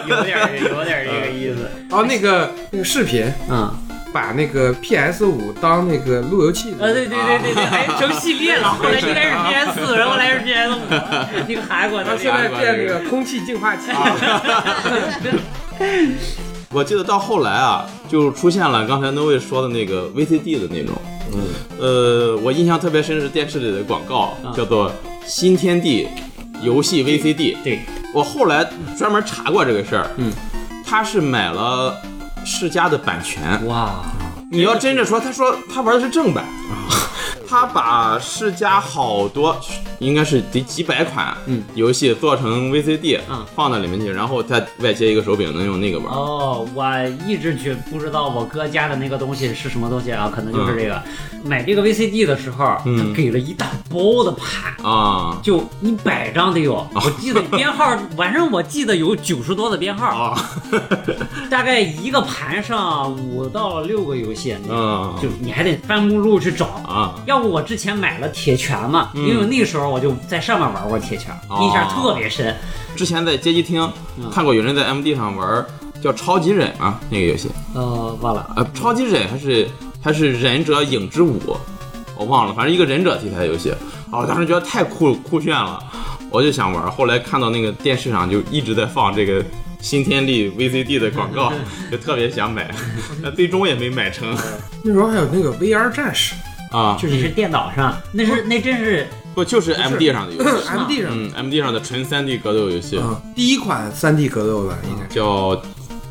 [SPEAKER 3] 有点儿有点儿这个意思。
[SPEAKER 2] 哦，那个那个视频，
[SPEAKER 3] 嗯，
[SPEAKER 2] 把那个 PS 五当那个路由器
[SPEAKER 3] 呃，对对对对
[SPEAKER 1] 啊
[SPEAKER 3] 对，还成系列了。后来一 开始 PS 四，然后后来是 PS 五，一个韩国的
[SPEAKER 1] 哎
[SPEAKER 2] 然后
[SPEAKER 3] 那
[SPEAKER 2] 现
[SPEAKER 3] 个。
[SPEAKER 2] 在变那个空气净化
[SPEAKER 1] 啊
[SPEAKER 2] 器。
[SPEAKER 1] 我记得到后来啊，就出现了刚才那位说的那个 VCD 的那种。嗯，呃，我印象特别深是电视里的广告，叫做“新天地游戏 VCD”。
[SPEAKER 3] 对，
[SPEAKER 1] 我后来专门查过这个事儿，嗯，他是买了世嘉的版权。
[SPEAKER 3] 哇，
[SPEAKER 1] 你要真着说，他说他玩的是正版，啊他把世嘉好多应该是得几百款游戏做成 VCD，、
[SPEAKER 3] 嗯
[SPEAKER 1] 放到里面去，然后再外接一个手柄，能用那个玩。
[SPEAKER 3] 哦，我一直觉不知道我哥家的那个东西是什么东西啊，可能就是这个。
[SPEAKER 1] 嗯
[SPEAKER 3] 买这个 VCD 的时候，他给了一大包的盘。
[SPEAKER 1] 啊
[SPEAKER 3] 就一百张得有，
[SPEAKER 1] 哦
[SPEAKER 3] 我记得编号，反正我记得有九十多的编号，
[SPEAKER 1] 啊，
[SPEAKER 3] 大概一个盘上五到六个游戏，你
[SPEAKER 1] 嗯
[SPEAKER 3] 就你还得翻目录去找。
[SPEAKER 1] 啊
[SPEAKER 3] 要不我之前买了铁拳嘛，因为那时候我就在上面玩过铁拳，
[SPEAKER 1] 哦
[SPEAKER 3] 印象特别深。
[SPEAKER 1] 之前在街机厅看过有人在 MD 上玩儿叫超级忍啊那个游戏，
[SPEAKER 3] 呃，忘了，
[SPEAKER 1] 呃，超级忍还是还是忍者影之舞，我忘了，反正一个忍者题材游戏，啊，我当时觉得太酷酷炫了，我就想玩儿。后来看到那个电视上就一直在放这个新天地 VCD 的广 告，就特别想 买，但最终也没买成
[SPEAKER 2] 那时候还有那个 VR 战士
[SPEAKER 1] 啊，
[SPEAKER 3] 就是是电脑上，那是那真是
[SPEAKER 1] 不就是 MD 上的游 戏，
[SPEAKER 2] ，MD 上
[SPEAKER 1] 嗯，MD 上的纯 3D 格斗游戏
[SPEAKER 2] 啊，第一款 3D 格斗吧，应该
[SPEAKER 1] 叫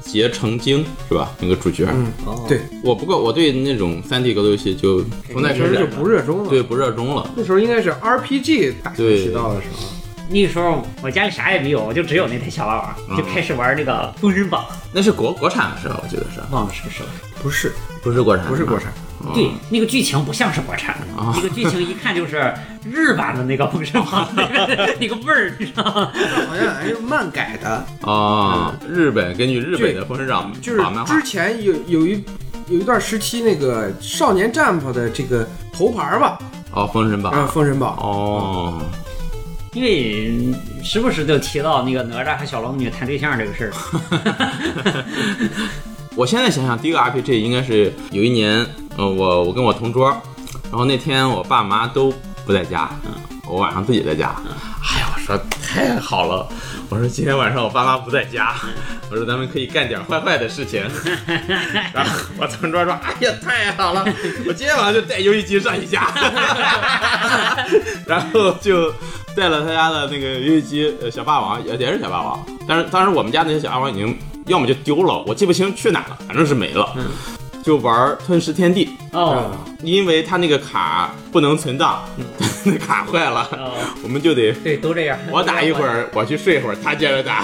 [SPEAKER 1] 结成精是吧？那个主角，
[SPEAKER 2] 嗯
[SPEAKER 3] 哦
[SPEAKER 2] 对，
[SPEAKER 1] 我不过我对那种三 D 格斗游戏就不耐
[SPEAKER 2] 那时
[SPEAKER 1] 生
[SPEAKER 2] 候就
[SPEAKER 1] 忍，
[SPEAKER 2] 不热衷了。
[SPEAKER 1] 对，不热衷了。
[SPEAKER 2] 那时候应该是 RPG 大行其道的时候。
[SPEAKER 3] 那时候我家里啥也没有，我就只有那台小霸王，就开始玩那个《封神榜
[SPEAKER 1] 那是国国产的是吧？我记得是》，
[SPEAKER 3] 忘了是不是了。
[SPEAKER 2] 不是，
[SPEAKER 1] 不是国产的，
[SPEAKER 2] 不是国产，
[SPEAKER 1] 嗯
[SPEAKER 3] 对，那个剧情不像是国产的，那个剧情一看就是日版的那个《封神榜》 那个那个味儿，你知道吗？
[SPEAKER 2] 好像还是漫改的，嗯
[SPEAKER 1] 哦，日本根据日本的《封神榜》
[SPEAKER 2] 就是
[SPEAKER 1] 榜漫画
[SPEAKER 2] 之前有有一有一段时期，那个少年 Jump 的这个头牌儿吧，
[SPEAKER 1] 哦，《封神榜
[SPEAKER 2] 啊，《封神》榜
[SPEAKER 1] 哦，
[SPEAKER 3] 因为时不时就提到那个哪吒和小龙女谈对象这个事儿。
[SPEAKER 1] 我现在想想，第一个 RPG 应该是有一年，呃，我我跟我同桌，然后那天我爸妈都不在家，
[SPEAKER 2] 嗯
[SPEAKER 1] 我晚上自己在家。哎呀，我说太好了，我说今天晚上我爸妈不在家，
[SPEAKER 2] 嗯
[SPEAKER 1] 我说咱们可以干点坏坏的事情。然后我同桌说，哎呀，太好了，我今天晚上就带游戏机上一家， 然后就。带了他家的那个游戏机，呃，小霸王也也是小霸王，但是当时我们家那些小霸王已经要么就丢了，我记不清去哪了，反正是没
[SPEAKER 3] 嗯
[SPEAKER 1] 了。就玩《吞食天地》，
[SPEAKER 3] 哦，
[SPEAKER 1] 因为他那个卡不能存档， 那卡坏了，
[SPEAKER 3] 嗯哦，
[SPEAKER 1] 我们就 得
[SPEAKER 3] 对，都这样。
[SPEAKER 1] 我打一会儿，我去睡一会儿，他接着 打，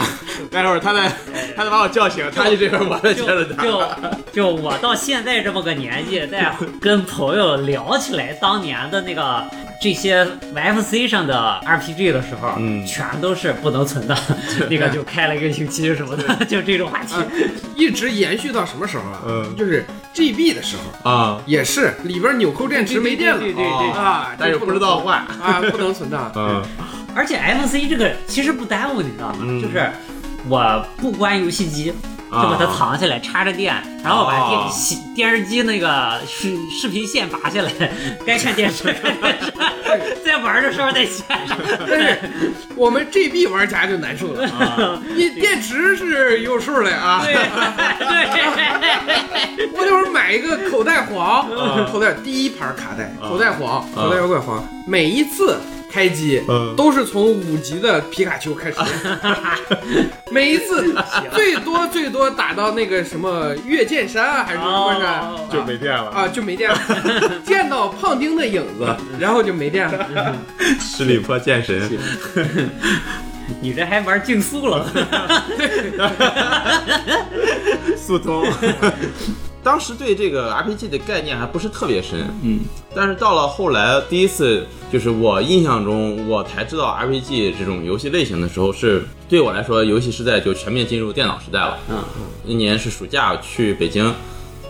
[SPEAKER 1] 待会儿他再他再把我叫醒，他去这边我再接
[SPEAKER 3] 就
[SPEAKER 1] 着打。
[SPEAKER 3] 就就我到现在这么个年纪，在跟朋友聊起来当年的那个这些 FC 上的 RPG 的时候，
[SPEAKER 1] 嗯
[SPEAKER 3] 全都是不能存的，那个就开了一个星期什么的，就这种话题。
[SPEAKER 2] 一直延续到什么时候啊？
[SPEAKER 1] 嗯
[SPEAKER 2] 就是 GB 的时候，
[SPEAKER 1] 啊，
[SPEAKER 2] 也是里边纽扣电池没电
[SPEAKER 3] 对
[SPEAKER 2] 了
[SPEAKER 3] 对对
[SPEAKER 1] 哦
[SPEAKER 2] 啊，
[SPEAKER 1] 但是不知道
[SPEAKER 2] 换
[SPEAKER 1] 换。
[SPEAKER 2] 啊，不能存 档。
[SPEAKER 1] 嗯
[SPEAKER 3] 而且 FC 这个其实不耽误，你知道吗？
[SPEAKER 1] 嗯
[SPEAKER 3] 就是我不关游戏机，就把
[SPEAKER 1] 啊
[SPEAKER 3] 它藏起来，插着电，然后把电
[SPEAKER 1] 哦
[SPEAKER 3] 视、电视机那个视视频线拔下来，该看 电视看电视，在玩的时候再下。
[SPEAKER 2] 但是我们 GB 玩家就难受了， 啊、 你电池是有数的啊。
[SPEAKER 3] 对对，
[SPEAKER 2] 我那会儿买一个口袋黄，
[SPEAKER 3] 嗯
[SPEAKER 2] 口袋第一盘卡带，
[SPEAKER 1] 嗯
[SPEAKER 2] 口袋黄，口袋妖怪黄，每一次开机
[SPEAKER 1] 嗯
[SPEAKER 2] 都是从五级的皮卡丘 开始，每一次最多最多打到那个什么月剑山啊还是什么山啊
[SPEAKER 3] 哦，
[SPEAKER 4] 就没电了，
[SPEAKER 2] 啊就没电了，见到胖丁的影子，然后就没电了。
[SPEAKER 1] 十里坡剑神，
[SPEAKER 3] 你这还玩竞速了？
[SPEAKER 1] 速通。当时对这个 RPG 的概念还不是特别深，
[SPEAKER 4] 嗯，
[SPEAKER 1] 但是到了后来，第一次就是我印象中我才知道 RPG 这种游戏类型的时候是，对我来说，游戏时代就全面进入电脑时代了。
[SPEAKER 3] 嗯，
[SPEAKER 1] 一年是暑假去北京，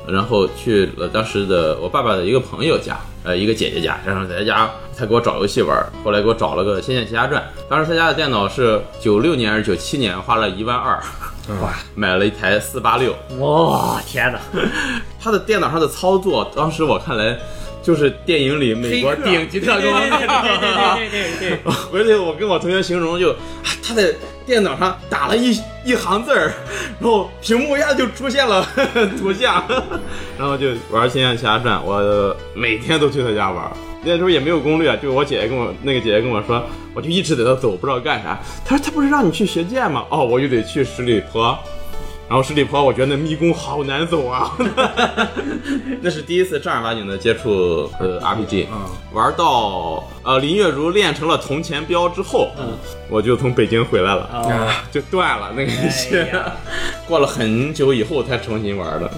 [SPEAKER 1] 然后去了当时的我爸爸的一个朋友家，呃，一个姐姐家，然后在她家她给我找游戏玩儿，后来给我找了个《仙剑奇侠传》，当时她家的电脑是九六年还是九七年，花了一万二，哇，买了一台四八六，
[SPEAKER 3] 哇，天哪！
[SPEAKER 1] 他的电脑上的操作，当时我看来就是电影里美国顶级特
[SPEAKER 3] 对
[SPEAKER 1] 工。
[SPEAKER 3] 对对对对对对对，
[SPEAKER 1] 而且我跟我同学形容就，啊他在电脑上打了一一行字儿，然后屏幕一下就出现了 图像，然后就玩《仙剑奇侠传》，我每天都去他家玩。那时候也没有攻略，啊就我姐姐跟我那个姐姐跟我说，我就一直在那走，不知道干啥。她说她不是让你去学剑吗？哦，我就得去十里坡。然后十里坡，我觉得那迷宫好难走啊！ 那是第一次正儿八经的接触呃 RPG，、玩到呃林月如练成了铜钱镖之后，
[SPEAKER 3] 嗯
[SPEAKER 1] 我就从北京回来了，
[SPEAKER 3] 哦
[SPEAKER 2] 啊
[SPEAKER 1] 就断了那个游戏，
[SPEAKER 3] 哎呀
[SPEAKER 1] 过了很久以后才重新玩的。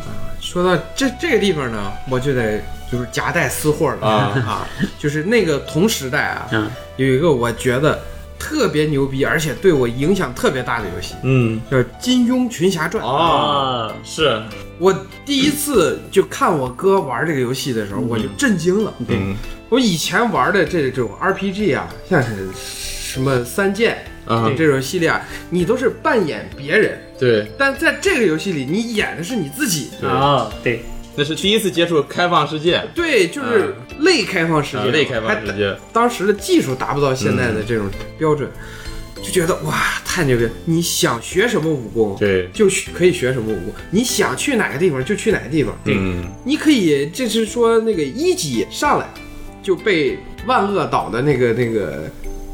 [SPEAKER 2] 说到这这个地方呢，我就得就是夹带私货了
[SPEAKER 1] 啊
[SPEAKER 2] 啊，就是那个同时代啊，
[SPEAKER 3] 嗯
[SPEAKER 2] 有一个我觉得特别牛逼，而且对我影响特别大的游戏，
[SPEAKER 1] 嗯，啊
[SPEAKER 2] 叫《金庸群侠传》。
[SPEAKER 3] 哦，
[SPEAKER 1] 是，
[SPEAKER 2] 我第一次就看我哥玩这个游戏的时候，我就震惊了。
[SPEAKER 1] 嗯
[SPEAKER 2] 我以前玩的这种 RPG 啊，像是什么三剑
[SPEAKER 1] 啊，
[SPEAKER 2] 这种系列啊，你都是扮演别人，
[SPEAKER 1] 对，
[SPEAKER 2] 但在这个游戏里，你演的是你自己。
[SPEAKER 1] 对
[SPEAKER 3] 哦，对，
[SPEAKER 1] 那是第一次接触开放世界，
[SPEAKER 2] 对，就是类开放世
[SPEAKER 1] 啊
[SPEAKER 2] 界，
[SPEAKER 1] 类啊开
[SPEAKER 2] 还
[SPEAKER 1] 放世界，
[SPEAKER 2] 当时的技术达不到现在的这种标准，就觉得哇，太牛逼！了！你想学什么武功，
[SPEAKER 1] 对，
[SPEAKER 2] 就学可以学什么武功；你想去哪个地方就去哪个地方。
[SPEAKER 1] 嗯，
[SPEAKER 2] 你可以，这是说那个一级上来就被万恶岛的那个那个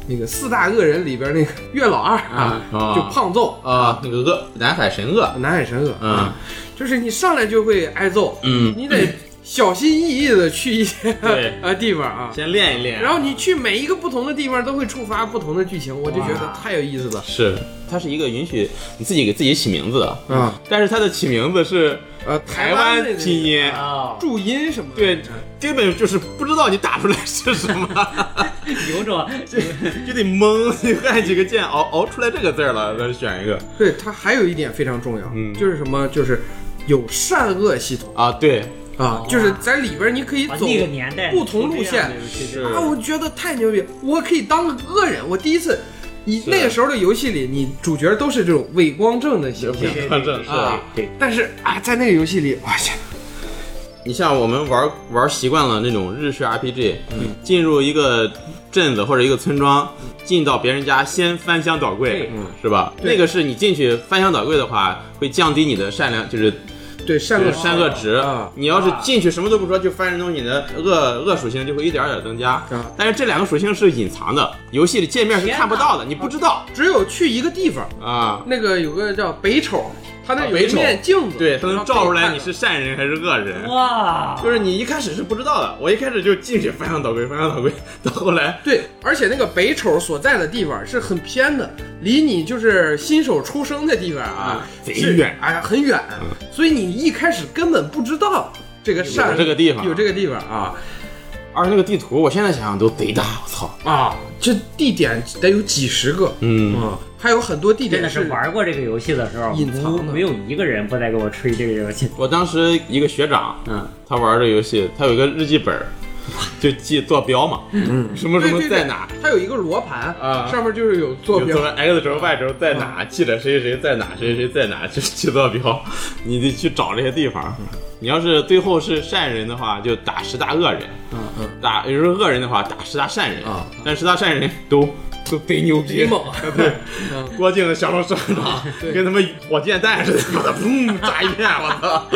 [SPEAKER 2] 那个四大恶人里边那个岳老二啊，
[SPEAKER 1] 啊
[SPEAKER 2] 就胖揍
[SPEAKER 1] 啊，那个恶南海神恶，
[SPEAKER 2] 南海神恶啊
[SPEAKER 1] 嗯，
[SPEAKER 2] 就是你上来就会挨揍，
[SPEAKER 1] 嗯
[SPEAKER 2] 你得小心翼翼的去一些
[SPEAKER 1] 对
[SPEAKER 2] 啊地方啊，
[SPEAKER 1] 先练一练。
[SPEAKER 2] 然后你去每一个不同的地方都会触发不同的剧情，我就觉得
[SPEAKER 3] 哇
[SPEAKER 2] 太有意思了。
[SPEAKER 1] 是，它是一个允许你自己给自己起名字的，
[SPEAKER 2] 啊，
[SPEAKER 1] 但是它的起名字是
[SPEAKER 2] 呃，
[SPEAKER 1] 台
[SPEAKER 2] 湾的
[SPEAKER 1] 湾拼音，
[SPEAKER 3] 啊，
[SPEAKER 2] 注音什么的，
[SPEAKER 1] 对，根本就是不知道你打出来是什么，
[SPEAKER 3] 有种
[SPEAKER 1] 就得蒙，你按几个键熬熬出来这个字儿了，然后选一个
[SPEAKER 2] 对它还有一点非常重要，
[SPEAKER 1] 嗯
[SPEAKER 2] 就是什么，就是有善恶系统
[SPEAKER 1] 啊，对，
[SPEAKER 2] 啊，就是在里边你可以
[SPEAKER 3] 啊
[SPEAKER 2] 走
[SPEAKER 3] 那个年代
[SPEAKER 2] 不同路线
[SPEAKER 3] 是
[SPEAKER 2] 啊，我觉得太牛逼，我可以当个恶人。我第一次，你
[SPEAKER 1] 是
[SPEAKER 2] 那个时候的游戏里，你主角都是这种伪光正的形象，
[SPEAKER 1] 对反正是
[SPEAKER 2] 啊
[SPEAKER 3] 对，
[SPEAKER 2] 但是啊，在那个游戏里，哇塞，
[SPEAKER 1] 你像我们玩玩习惯了那种日式 RPG，、进入一个镇子或者一个村庄，进到别人家先翻箱倒柜
[SPEAKER 3] 对，
[SPEAKER 1] 是吧？
[SPEAKER 2] 对
[SPEAKER 1] 那个是你进去翻箱倒柜的话，会降低你的善良，就是
[SPEAKER 2] 对善恶
[SPEAKER 1] 就是善恶值。
[SPEAKER 2] 啊
[SPEAKER 1] 你要是进去什么都不说就翻人东西，你的恶恶属性就会一点点增加。
[SPEAKER 2] 啊
[SPEAKER 1] 但是这两个属性是隐藏的，游戏的界面是看不到的，你不知道
[SPEAKER 2] 只有去一个地方，
[SPEAKER 1] 啊。
[SPEAKER 2] 那个有个叫北瞅，它那
[SPEAKER 1] 啊
[SPEAKER 2] 有
[SPEAKER 1] 北
[SPEAKER 2] 一
[SPEAKER 1] 瞅
[SPEAKER 2] 面镜子，
[SPEAKER 1] 对，它能照出
[SPEAKER 2] 然
[SPEAKER 1] 来
[SPEAKER 2] 后
[SPEAKER 1] 你
[SPEAKER 2] 可以
[SPEAKER 1] 是
[SPEAKER 2] 看
[SPEAKER 1] 善人还是恶人。
[SPEAKER 3] 哇，
[SPEAKER 1] 就是你一开始是不知道的，我一开始就进去翻箱倒柜，翻箱倒柜，到后来
[SPEAKER 2] 对，而且那个北瞅所在的地方是很偏的，离你就是新手出生的地方啊
[SPEAKER 1] 啊，贼
[SPEAKER 2] 是
[SPEAKER 1] 远，嗯
[SPEAKER 2] 哎呀，很远，所以你一开始根本不知道这个善
[SPEAKER 1] 有这个地方
[SPEAKER 2] 有这个地方啊
[SPEAKER 1] 而那个地图，我现在想想都贼大，我操！
[SPEAKER 2] 啊，这地点得有几十个，
[SPEAKER 1] 嗯，
[SPEAKER 2] 嗯，还有很多地
[SPEAKER 3] 真
[SPEAKER 2] 点
[SPEAKER 3] 的是玩过这个游戏的时候，
[SPEAKER 2] 隐藏的
[SPEAKER 3] 没有一个人不再给我吹这个游戏。
[SPEAKER 1] 我当时一个学长，
[SPEAKER 3] 嗯，
[SPEAKER 1] 他玩这游戏，他有一个日记 本儿，就记坐标嘛，什么
[SPEAKER 2] 对
[SPEAKER 1] 什么
[SPEAKER 2] 对对
[SPEAKER 1] 在哪，
[SPEAKER 2] 它有一个罗盘
[SPEAKER 1] 啊
[SPEAKER 2] 上面就是有坐
[SPEAKER 1] 有坐
[SPEAKER 2] 标。
[SPEAKER 1] 标 x 轴、y 轴在哪，记着谁谁谁在哪，谁谁谁在哪， 就是记坐标，你得去找这些地方。你要是最后是善人的话，就打十大恶人；
[SPEAKER 3] 嗯嗯，
[SPEAKER 1] 打有时候恶人的话，打十大善人
[SPEAKER 2] 啊。
[SPEAKER 1] 但十大善人 都都贼牛逼，
[SPEAKER 2] 猛，
[SPEAKER 1] 对，郭靖的降龙十 八掌
[SPEAKER 2] 对
[SPEAKER 1] 跟他们火箭弹似的，把他砰炸一片，我操！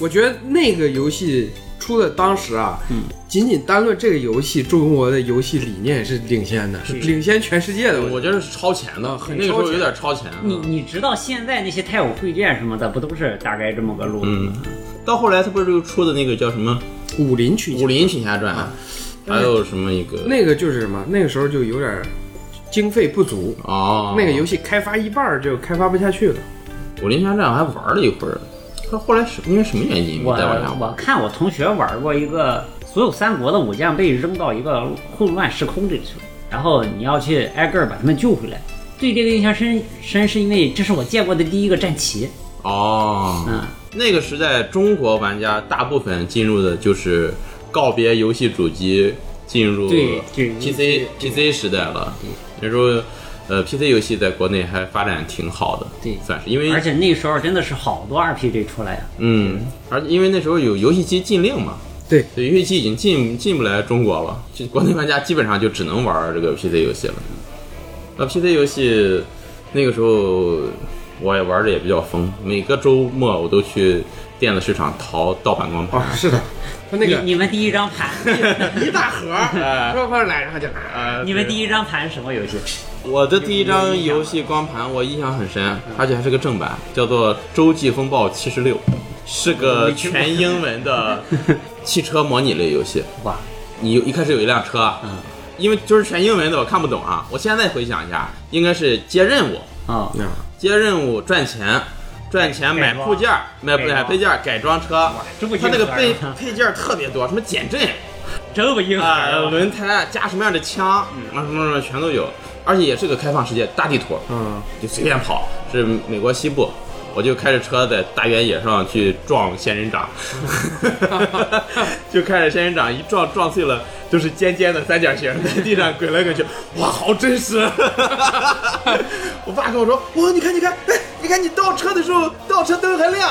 [SPEAKER 2] 我觉得那个游戏出的当时啊，仅仅单论这个游戏，中国的游戏理念是领先的，领先全世界的。我 觉
[SPEAKER 1] 我觉得是超前嗯的，
[SPEAKER 2] 很
[SPEAKER 1] 那个时
[SPEAKER 2] 超
[SPEAKER 1] 候
[SPEAKER 2] 前
[SPEAKER 1] 有点超前。
[SPEAKER 3] 你你知道现在那些太友会见什么的，不都是大概这么个路子吗？
[SPEAKER 1] 到后来他不是又出的那个叫什么
[SPEAKER 2] 得武林群
[SPEAKER 1] 《
[SPEAKER 2] 侠
[SPEAKER 1] 武林群侠传》，还有什么一个
[SPEAKER 2] 那个就是什么，那个时候就有点经费不足，
[SPEAKER 1] 哦，
[SPEAKER 2] 那个游戏开发一半儿就开发不下去了。
[SPEAKER 1] 《武林群侠传》我还玩了一会儿，他后来是因为什么原因没
[SPEAKER 3] 我
[SPEAKER 1] 再往下玩？
[SPEAKER 3] 我看我同学玩过一个，所有三国的武将被扔到一个混乱时空里去了，然后你要去挨个儿把他们救回来。对这个印象深深，是因为这是我见过的第一个战旗。
[SPEAKER 1] 哦，
[SPEAKER 3] 嗯，
[SPEAKER 1] 那个时代中国玩家大部分进入的就是告别游戏主机，进入
[SPEAKER 3] 对对
[SPEAKER 1] PC PC 时代了。嗯那时候，呃，PC 游戏在国内还发展挺好的，
[SPEAKER 3] 对
[SPEAKER 1] 算是因为
[SPEAKER 3] 而且那时候真的是好多 RPG 出来呀、啊
[SPEAKER 1] 嗯，而因为那时候有游戏机禁令嘛，
[SPEAKER 2] 对，
[SPEAKER 1] 所以游戏机已经进进不来中国了，就国内玩家基本上就只能玩这个 PC 游戏了。那 PC 游戏那个时候我也玩的也比较疯，每个周末我都去电子市场淘盗版光盘。
[SPEAKER 2] 啊，是的，他那个
[SPEAKER 3] 你你们第一张盘，
[SPEAKER 2] 一大盒 儿，说放来，然后就拿。
[SPEAKER 1] 呃
[SPEAKER 3] 你们第一张盘是什么游戏？
[SPEAKER 1] 我的第一张游戏光盘我印象很深，而且还是个正版，叫做《洲际风暴七十六》，是个全英文的汽车模拟类游戏。
[SPEAKER 3] 哇，
[SPEAKER 1] 你有一开始有一辆车，啊
[SPEAKER 3] 嗯，
[SPEAKER 1] 因为就是全英文的，我看不懂啊。我现在回想一下，应该是接任务，
[SPEAKER 3] 哦，
[SPEAKER 2] 嗯
[SPEAKER 1] 接任务赚钱，赚钱买
[SPEAKER 3] 改装
[SPEAKER 1] 部件儿，买
[SPEAKER 3] 改装
[SPEAKER 1] 买配件儿，改装车。
[SPEAKER 3] 这不
[SPEAKER 1] 它那个配
[SPEAKER 3] 硬 核啊
[SPEAKER 1] 配件儿特别多，什么减震
[SPEAKER 3] 真不硬核
[SPEAKER 1] 啊、
[SPEAKER 3] 啊
[SPEAKER 1] 轮胎加什么样的枪，
[SPEAKER 3] 嗯
[SPEAKER 1] 啊什么什么全都有，而且也是个开放世界大地图，
[SPEAKER 2] 嗯，
[SPEAKER 1] 就随便跑，是美国西部。我就开着车在大原野上去撞仙人掌，就开着仙人掌一撞撞碎了，就是尖尖的三角形，在地上滚来滚去，哇，好真实！ 我爸跟我说，哇，你看你看，哎，你看你倒车的时候倒车灯还亮，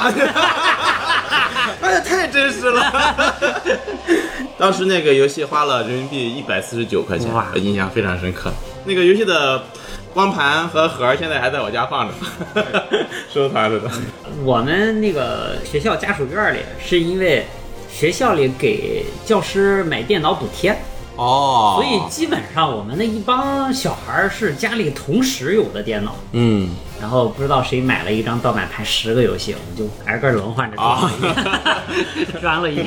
[SPEAKER 1] 哎呀，太真实了！ 当时那个游戏花了人民币一百四十九块钱
[SPEAKER 3] 哇，
[SPEAKER 1] 我印象非常深刻。那个游戏的光盘和盒儿现在还在我家放着， 收藏着的。
[SPEAKER 3] 我们那个学校家属院里，是因为学校里给教师买电脑补贴，
[SPEAKER 1] 哦
[SPEAKER 3] 所以基本上我们那一帮小孩儿是家里同时有的电脑，
[SPEAKER 1] 嗯，
[SPEAKER 3] 然后不知道谁买了一张盗版盘十个游戏，我们就挨个轮换着
[SPEAKER 1] 啊
[SPEAKER 3] 装， 装了一个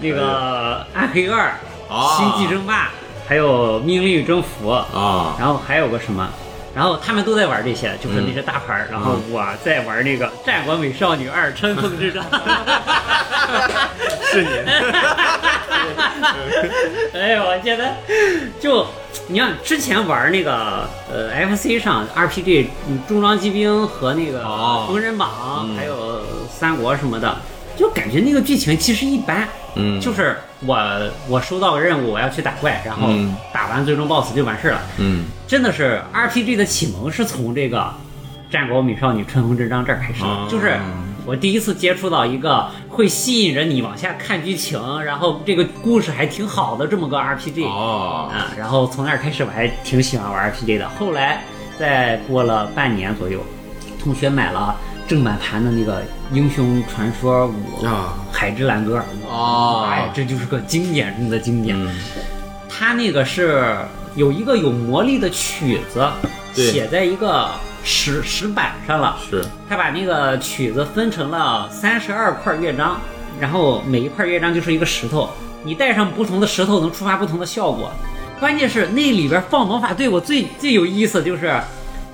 [SPEAKER 3] 那个《暗黑二》
[SPEAKER 1] 啊
[SPEAKER 3] 《星际争霸》，还有《命令与征服》
[SPEAKER 1] 啊，
[SPEAKER 3] 然后还有个什么，然后他们都在玩这些，就是那些大牌儿、然后我在玩那个《战国美少女二：春风之战》
[SPEAKER 4] 是你。
[SPEAKER 3] 哎呦，我觉得就你看之前玩那个呃 FC 上 RPG，嗯重装机兵和那个
[SPEAKER 1] 哦
[SPEAKER 3] 封神榜、还有三国什么的，就感觉那个剧情其实一般。
[SPEAKER 1] 嗯，
[SPEAKER 3] 就是我我收到个任务，我要去打怪，然后
[SPEAKER 1] 嗯
[SPEAKER 3] 打完最终 BOSS 就完事儿了。
[SPEAKER 1] 嗯
[SPEAKER 3] 真的是 RPG 的启蒙是从这个《战国美少女春风之章》这儿开始的
[SPEAKER 1] 嗯，
[SPEAKER 3] 就是我第一次接触到一个会吸引着你往下看剧情，然后这个故事还挺好的这么个 RPG
[SPEAKER 1] 哦，
[SPEAKER 3] 啊，然后从那儿开始我还挺喜欢玩 RPG 的。后来再过了半年左右，同学买了正版盘的那个《英雄传说五》
[SPEAKER 2] 啊，
[SPEAKER 3] 海之蓝歌，
[SPEAKER 1] 哦
[SPEAKER 3] 哎呀，这就是个经典中的经典。
[SPEAKER 1] 嗯
[SPEAKER 3] 他那个是有一个有魔力的曲子，
[SPEAKER 1] 对
[SPEAKER 3] 写在一个石石板上了。
[SPEAKER 1] 是
[SPEAKER 3] 他把那个曲子分成了三十二块乐章，然后每一块乐章就是一个石头，你带上不同的石头能触发不同的效果。关键是那里边放魔法对我最最有意思就是，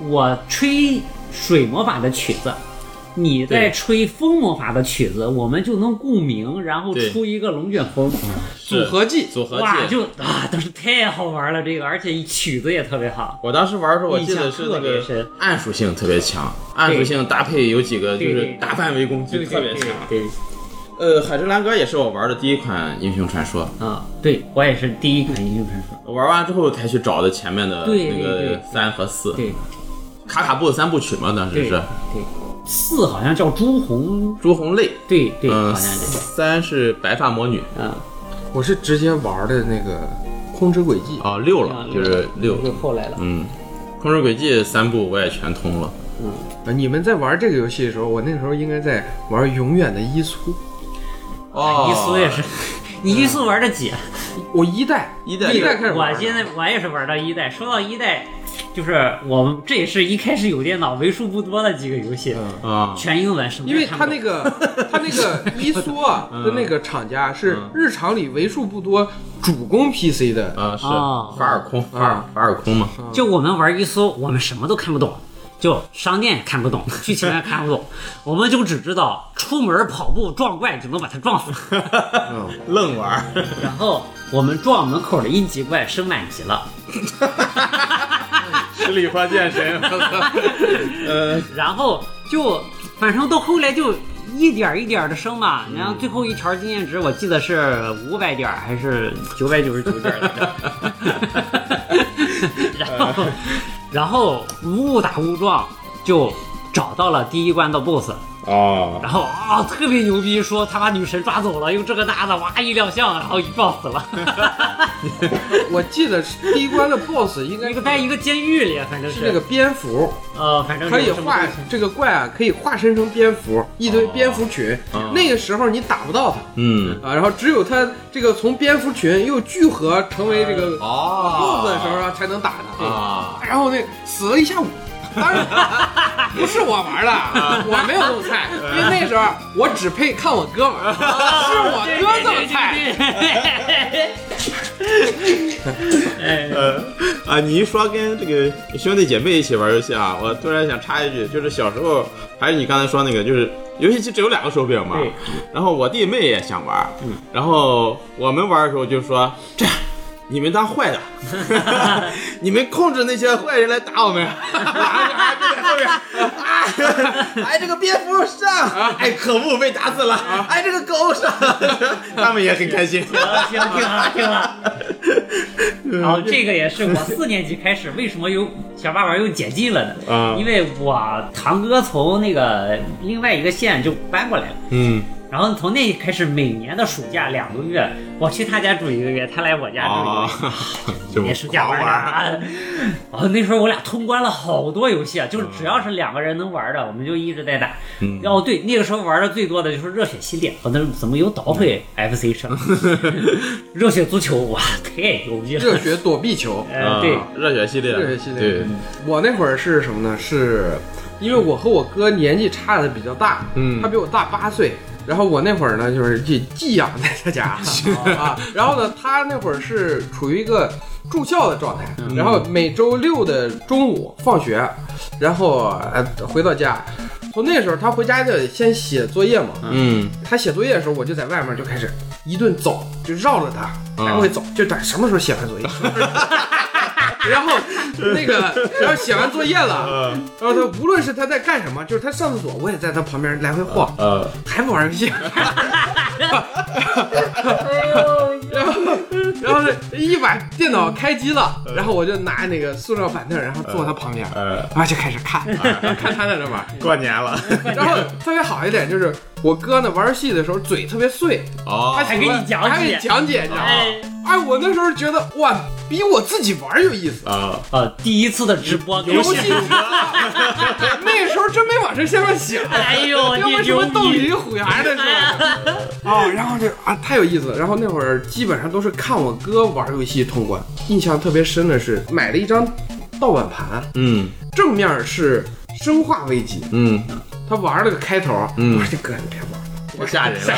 [SPEAKER 3] 我吹水魔法的曲子，你在
[SPEAKER 1] 对
[SPEAKER 3] 吹风魔法的曲子，我们就能共鸣，然后
[SPEAKER 1] 对嗯
[SPEAKER 3] 出一个龙卷风。
[SPEAKER 2] 组
[SPEAKER 1] 是
[SPEAKER 2] 合技
[SPEAKER 1] 组合
[SPEAKER 3] 哇，
[SPEAKER 1] 技。
[SPEAKER 3] 就啊，当时太好玩了，这个，而且曲子也特别好。
[SPEAKER 1] 我当时玩的时候，我记得
[SPEAKER 3] 印象
[SPEAKER 1] 是
[SPEAKER 3] 特
[SPEAKER 1] 那
[SPEAKER 3] 别
[SPEAKER 1] 个
[SPEAKER 3] 深
[SPEAKER 1] 暗属性特别强，暗属性搭配有几个就
[SPEAKER 3] 对对
[SPEAKER 1] 是
[SPEAKER 3] 对
[SPEAKER 1] 大范围攻击特别强。
[SPEAKER 3] 对，
[SPEAKER 1] 呃，海之蓝歌也是我玩的第一款英雄传说，
[SPEAKER 3] 啊，对我也是第一款英雄传说。
[SPEAKER 1] 我玩完之后才去找的前面的
[SPEAKER 3] 对
[SPEAKER 1] 那个
[SPEAKER 3] 对
[SPEAKER 1] 三和四，
[SPEAKER 3] 对
[SPEAKER 1] 卡卡布三部曲嘛，当时
[SPEAKER 3] 对
[SPEAKER 1] 是
[SPEAKER 3] 对，四好像叫朱红，
[SPEAKER 1] 朱红泪，
[SPEAKER 3] 对对，
[SPEAKER 1] 嗯，
[SPEAKER 3] 好像是。
[SPEAKER 1] 三是白发魔女，
[SPEAKER 3] 嗯，
[SPEAKER 2] 我是直接玩的那个空之轨迹，
[SPEAKER 1] 哦，六了，就是六，
[SPEAKER 3] 就后啊来了。
[SPEAKER 1] 嗯，空中轨迹三部我也全通了，
[SPEAKER 2] 啊你们在玩这个游戏的时候，我那时候应该在玩《永远的伊苏》，
[SPEAKER 1] 哦，
[SPEAKER 3] 伊苏也是，你伊苏玩的几？啊
[SPEAKER 2] 我一代
[SPEAKER 1] 一代
[SPEAKER 2] 一代开始玩
[SPEAKER 3] 嗯我
[SPEAKER 2] 的，
[SPEAKER 3] 现在我也是玩到一代。说到一代，就是我们这也是一开始有电脑为数不多的几个游戏，
[SPEAKER 1] 啊，
[SPEAKER 3] 全英文，什么
[SPEAKER 2] 因为
[SPEAKER 3] 都
[SPEAKER 2] 他
[SPEAKER 3] 看不
[SPEAKER 2] 那
[SPEAKER 3] 懂嗯
[SPEAKER 2] 个他那个伊索啊的那个厂家是日常里为数不多主攻 PC 的，
[SPEAKER 1] 啊是
[SPEAKER 3] 哦
[SPEAKER 1] 法尔空，法尔法尔空嘛，
[SPEAKER 3] 就我们玩伊苏，我们什么都看不懂，就商店也看不懂，剧情也看不 懂，我们就只知道出门跑步撞怪就能把它撞 死，哦
[SPEAKER 1] 愣玩儿，
[SPEAKER 3] 然后我们撞门口的一级怪升满级了，
[SPEAKER 4] 十里花剑神，
[SPEAKER 3] 然后就反正到后来就。一点儿一点的升嘛，然后最后一条经验值我记得是五百点儿还是九百九十九点儿来着，然后然后误打误撞就找到了第一关的 BOSS，
[SPEAKER 4] 哦，
[SPEAKER 3] 然后啊、特别牛逼，说他把女神抓走了，用这个那的，哇一亮相，然后一撞死了，
[SPEAKER 2] 我记得是第一关的 BOSS 应该
[SPEAKER 3] 那个在嗯一个监狱里，反正
[SPEAKER 2] 是
[SPEAKER 3] 是
[SPEAKER 2] 那个蝙蝠，
[SPEAKER 3] 呃，反正
[SPEAKER 2] 可以
[SPEAKER 3] 有什么
[SPEAKER 2] 化这个怪啊，可以化身成蝙蝠，一堆
[SPEAKER 1] 哦
[SPEAKER 2] 蝙蝠群
[SPEAKER 3] 嗯
[SPEAKER 1] 哦。
[SPEAKER 2] 那个时候你打不到它，
[SPEAKER 1] 嗯，
[SPEAKER 2] 啊，然后只有他这个从蝙蝠群又聚合成为这
[SPEAKER 3] 嗯
[SPEAKER 2] 个
[SPEAKER 1] 哦
[SPEAKER 2] 豹子的时候啊，才能打
[SPEAKER 3] 哦
[SPEAKER 2] 他。
[SPEAKER 1] 啊，
[SPEAKER 2] 然后那死了一下午，当然不是我玩的，我没有那么菜，因为那时候我只配看我哥玩，是我哥啊这么菜。
[SPEAKER 3] 菜，
[SPEAKER 1] 呃 啊，你一说跟这个兄弟姐妹一起玩游戏啊，我突然想插一句，就是小时候还是你刚才说那个，就是游戏机只有两个手柄嘛
[SPEAKER 3] 对，嗯
[SPEAKER 1] 然后我弟妹也想玩，然后我们玩的时候就说这样。你们当 坏的，你们控制那些坏人来打我们， 啊，就在后面，啊，哎，这个蝙蝠上，哎，可恶，被打死了，哎，这个狗上，他们也很开 心。
[SPEAKER 3] 听啊了听了。然后嗯这个也是我四年级开始，为什么有小霸王又解禁了呢？
[SPEAKER 1] 啊
[SPEAKER 3] 因为我堂哥从那个另外一个县就搬过来了。
[SPEAKER 1] 嗯，
[SPEAKER 3] 然后从那开始，每年的暑假两个月，我去他家住一个月，他来我家住一个月
[SPEAKER 1] 啊。，就
[SPEAKER 3] 别暑假玩儿了。 哦，那时候我俩通关了好多游戏啊，就是只要是两个人能玩的，我们就一直在打。
[SPEAKER 1] 嗯
[SPEAKER 3] 哦，对，那个时候玩的最多的就是热血系列，我那怎么又倒回 FC 上？ 热血足球，哇，太牛逼
[SPEAKER 2] 热
[SPEAKER 3] 了！
[SPEAKER 2] 血躲避球，
[SPEAKER 1] 啊
[SPEAKER 3] 呃，对，
[SPEAKER 1] 哦嗯热血系列，
[SPEAKER 2] 热血系列
[SPEAKER 1] 对，
[SPEAKER 2] 我那会儿是什么呢？是因为我和我哥年纪差的比较大，
[SPEAKER 4] 嗯
[SPEAKER 2] 他比我大八岁。然后我那会儿呢，就是寄寄养在他家啊，然后呢，他那会儿是处于一个住校的状态，然后每周六的中午放学，然后呃回到家，从那时候他回家就先写作业嘛，
[SPEAKER 1] 嗯
[SPEAKER 2] 他写作业的时候，我就在外面就开始一顿走，就绕着他来回走，就等什么时候写完作业。 然后那个，然后写完作业了，然后他无论是他在干什么，就是他上厕所，我也在他旁边来回晃，
[SPEAKER 4] 呃，
[SPEAKER 1] 嗯
[SPEAKER 2] 还不玩游戏。 然后，然后这一把电脑开机了，然后我就拿那个塑料板凳，然后坐他旁
[SPEAKER 1] 嗯
[SPEAKER 2] 边，
[SPEAKER 4] 呃，
[SPEAKER 2] 然后就开始看， 看他在那玩。
[SPEAKER 4] 过年了，
[SPEAKER 2] 然后特别好一点就是我哥呢玩游戏的时候嘴特别碎，
[SPEAKER 1] 哦
[SPEAKER 2] 他
[SPEAKER 3] 还给你讲解
[SPEAKER 2] 还给你讲解，你知道吗？
[SPEAKER 3] 哎，
[SPEAKER 2] 哎，我那时候觉得哇，比我自己玩儿有意思。
[SPEAKER 4] 啊，
[SPEAKER 3] 呃，第一次的直播
[SPEAKER 2] 游
[SPEAKER 3] 游
[SPEAKER 2] 戏， 那时候真没往这下面想，
[SPEAKER 3] 哎 呦，
[SPEAKER 2] 要
[SPEAKER 3] 你
[SPEAKER 2] 不什
[SPEAKER 3] 牛
[SPEAKER 2] 么斗
[SPEAKER 3] 逼！哎
[SPEAKER 2] 鱼、虎牙的时候，哦，然后这啊太有意思了。然后那会儿基本上都是看我哥玩儿游戏通关，印象特别深的是买了一张盗版盘，
[SPEAKER 1] 嗯
[SPEAKER 2] 正面是《生化危机》，
[SPEAKER 1] 嗯
[SPEAKER 2] 他玩了个开头，
[SPEAKER 1] 嗯
[SPEAKER 2] 我说这哥你别玩儿，
[SPEAKER 4] 我吓人了，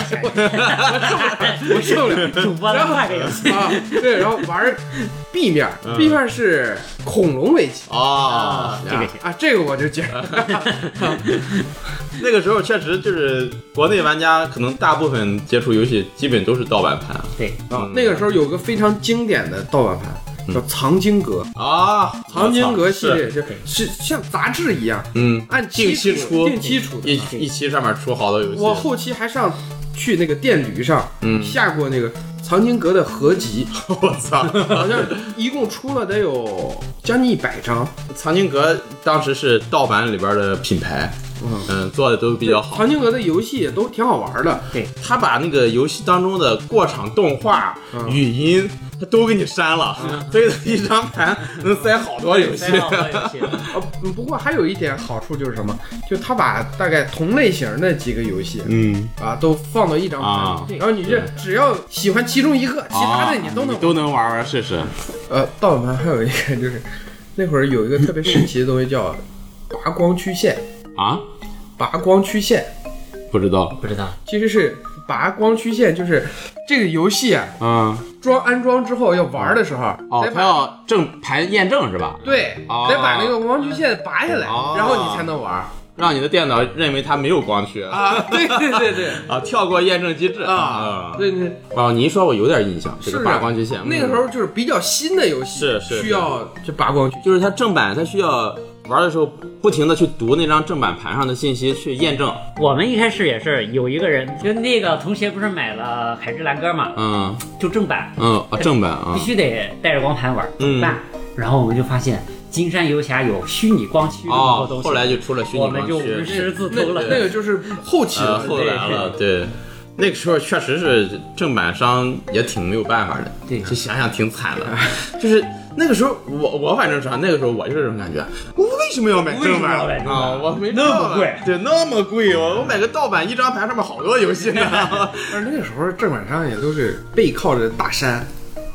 [SPEAKER 2] 我受不了。
[SPEAKER 3] 主播的坏这游戏，
[SPEAKER 2] 啊，对，然后玩儿 B 面儿，B 面儿是恐龙围棋
[SPEAKER 1] 哦，
[SPEAKER 3] 这个行
[SPEAKER 2] 啊，这个我就觉得，
[SPEAKER 1] 那个时候确实就是国内玩家可能大部分接触游戏基本都是盗版盘
[SPEAKER 3] 对，
[SPEAKER 1] 嗯
[SPEAKER 2] 那个时候有个非常经典的盗版盘叫《藏经阁》，
[SPEAKER 1] 啊，
[SPEAKER 2] 藏经阁系
[SPEAKER 1] 是
[SPEAKER 2] 列就是像杂志一样，
[SPEAKER 1] 嗯，
[SPEAKER 2] 按
[SPEAKER 1] 定期
[SPEAKER 2] 出
[SPEAKER 1] 出
[SPEAKER 2] 定期出
[SPEAKER 1] 一
[SPEAKER 2] 的。
[SPEAKER 1] 一期上面出好多游戏，
[SPEAKER 2] 我后期还上去那个电驴上
[SPEAKER 1] 嗯，
[SPEAKER 2] 下过那个《藏经阁》的合集，
[SPEAKER 1] 我操，
[SPEAKER 2] 好像一共出了得有将近一百张。
[SPEAKER 1] 藏经阁当时是盗版里边的品牌，
[SPEAKER 2] 嗯
[SPEAKER 1] 嗯，做的都比较好。
[SPEAKER 2] 藏经阁的游戏也都挺好玩的，
[SPEAKER 1] 他把那个游戏当中的过场动画、
[SPEAKER 2] 嗯
[SPEAKER 1] 语音，他都给你删了，所以一张盘能塞好多游戏。
[SPEAKER 3] 三号玩游戏，
[SPEAKER 2] 呃，不过还有一点好处就是什么？就他把大概同类型的几个游戏
[SPEAKER 1] 嗯，
[SPEAKER 2] 啊都放到一张
[SPEAKER 1] 啊
[SPEAKER 2] 盘，然后你这只要喜欢其中一个，其他的你都能
[SPEAKER 1] 啊
[SPEAKER 2] 玩。
[SPEAKER 1] 都能玩玩试试。
[SPEAKER 2] 呃，盗版还有一个就是，那会儿有一个特别神奇的东西叫拔光曲线，
[SPEAKER 1] 啊，
[SPEAKER 2] 拔光曲线
[SPEAKER 1] 不知道。
[SPEAKER 3] 不知道，
[SPEAKER 2] 其实是拔光曲线，就是这个游戏啊
[SPEAKER 1] 嗯，
[SPEAKER 2] 装安装之后要玩的时候，
[SPEAKER 1] 哦
[SPEAKER 2] 得，
[SPEAKER 1] 他
[SPEAKER 2] 把
[SPEAKER 1] 要正盘验证是吧？
[SPEAKER 2] 对，
[SPEAKER 1] 哦
[SPEAKER 2] 得把那个光驱线拔下来，
[SPEAKER 1] 哦
[SPEAKER 2] 然后你才能玩
[SPEAKER 1] 让你的电脑认为它没有光驱啊
[SPEAKER 2] 啊。对对对 对。
[SPEAKER 1] 跳过验证机制
[SPEAKER 2] 啊，
[SPEAKER 1] 嗯
[SPEAKER 2] 对对，
[SPEAKER 1] 哦，你一说我有点印象，这个
[SPEAKER 2] 是
[SPEAKER 1] 拔
[SPEAKER 2] 啊
[SPEAKER 1] 光驱线。
[SPEAKER 2] 那个时
[SPEAKER 1] 嗯
[SPEAKER 2] 候就是比较新的游戏，
[SPEAKER 1] 是是
[SPEAKER 2] 需要就拔光驱。
[SPEAKER 1] 就是它正版，它需要玩的时候不停的去读那张正版盘上的信息去验证。
[SPEAKER 3] 我们一开始也是有一个人，就那个同学不是买了《海之蓝歌》嘛，
[SPEAKER 1] 嗯
[SPEAKER 3] 就正版，
[SPEAKER 1] 嗯啊，正版啊
[SPEAKER 3] 必，须得带着光盘玩，怎么办？然后我们就发现金山游侠有虚拟光驱这么多
[SPEAKER 1] 哦
[SPEAKER 3] 东，西，
[SPEAKER 1] 后来就出了虚
[SPEAKER 3] 我
[SPEAKER 1] 拟
[SPEAKER 3] 们
[SPEAKER 1] 光
[SPEAKER 3] 就无
[SPEAKER 1] 驱，
[SPEAKER 3] 师自
[SPEAKER 2] 那
[SPEAKER 3] 通了。
[SPEAKER 2] 那个就是后期
[SPEAKER 1] 呃，
[SPEAKER 2] 了，
[SPEAKER 1] 后来了，对。那个时候确实是正版商也挺没有办法的，
[SPEAKER 3] 对
[SPEAKER 1] 就想想挺惨的，就是那个时候我我反正是啊那个时候我就是这种感觉，我为什么要买正版
[SPEAKER 3] 为什么要买正版
[SPEAKER 1] 啊？我没
[SPEAKER 3] 那么
[SPEAKER 1] 知道啊
[SPEAKER 3] 贵
[SPEAKER 1] 对，那么贵，我我买个盗版一张盘上面好多游戏 呢。
[SPEAKER 2] 但是那个时候正版上也都是背靠着大山，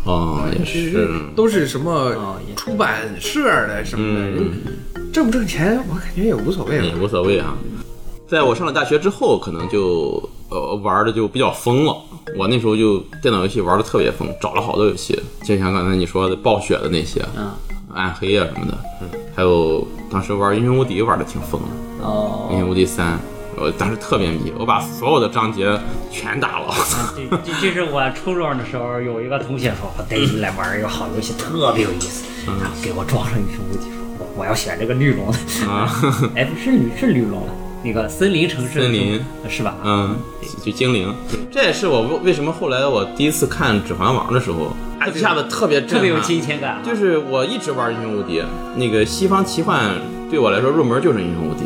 [SPEAKER 1] 哦，也是，
[SPEAKER 2] 都是什么
[SPEAKER 3] 哦也
[SPEAKER 2] 出版社的什么的，
[SPEAKER 1] 嗯。
[SPEAKER 2] 人挣不挣钱我感觉也无所谓
[SPEAKER 1] 也
[SPEAKER 2] 了。
[SPEAKER 1] 无所谓啊。在我上了大学之后，可能就呃玩的就比较疯了。我那时候就电脑游戏玩的特别疯，找了好多游戏，就像刚才你说的暴雪的那些，
[SPEAKER 3] 嗯，
[SPEAKER 1] 暗黑啊什么的，还有当时玩英雄无敌玩的挺疯的，英
[SPEAKER 3] 哦，
[SPEAKER 1] 雄无敌三。我当时特别迷，我把所有的章节全打了。
[SPEAKER 3] 这这这是我初中的时候有一个同学说，我带你来玩一个好游戏，特别有意思，
[SPEAKER 1] 嗯
[SPEAKER 3] 然后给我装上一身无敌，说我我要选这个绿龙的，
[SPEAKER 1] 啊，
[SPEAKER 3] 哎，不是绿是绿龙的。那个森林城市的
[SPEAKER 1] 森林
[SPEAKER 3] 是吧？
[SPEAKER 1] 嗯，就精灵，这也是我为为什么后来我第一次看《指环王》的时候，哎一下子特别震
[SPEAKER 3] 啊特
[SPEAKER 1] 撼，
[SPEAKER 3] 别有亲切感。
[SPEAKER 1] 就是我一直玩英雄无敌，那个西方奇幻对我来说入门就是英雄无敌，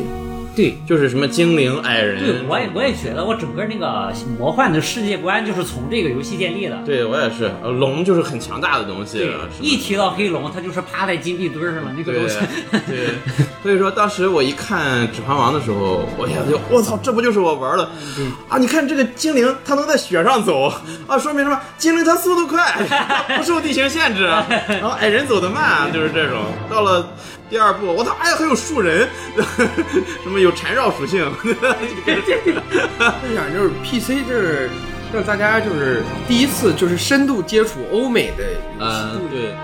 [SPEAKER 3] 对。
[SPEAKER 1] 就是什么精灵、矮人。
[SPEAKER 3] 对，我也我也觉得，我整个那个魔幻的世界观就是从这个游戏建立的。
[SPEAKER 1] 对我也是，呃龙就是很强大的东西。啊
[SPEAKER 3] 对
[SPEAKER 1] 是吧，
[SPEAKER 3] 一提到黑龙，他就是趴在金币墩儿上了，那个
[SPEAKER 1] 对啊
[SPEAKER 3] 东西。
[SPEAKER 1] 对，所以说当时我一看《指环王》的时候，我也就我操，这不就是我玩的啊？你看这个精灵，它能在雪上走啊，说明什么？精灵它速度快，不受地形限制，然后矮人走得慢，就是这种。到了第二部，我操，哎呀，还有树人， 什么有缠绕属性， 嗯
[SPEAKER 2] 我想就是 PC 这是让大家就是第一次就是深度接触欧美的游戏，
[SPEAKER 1] 嗯，对，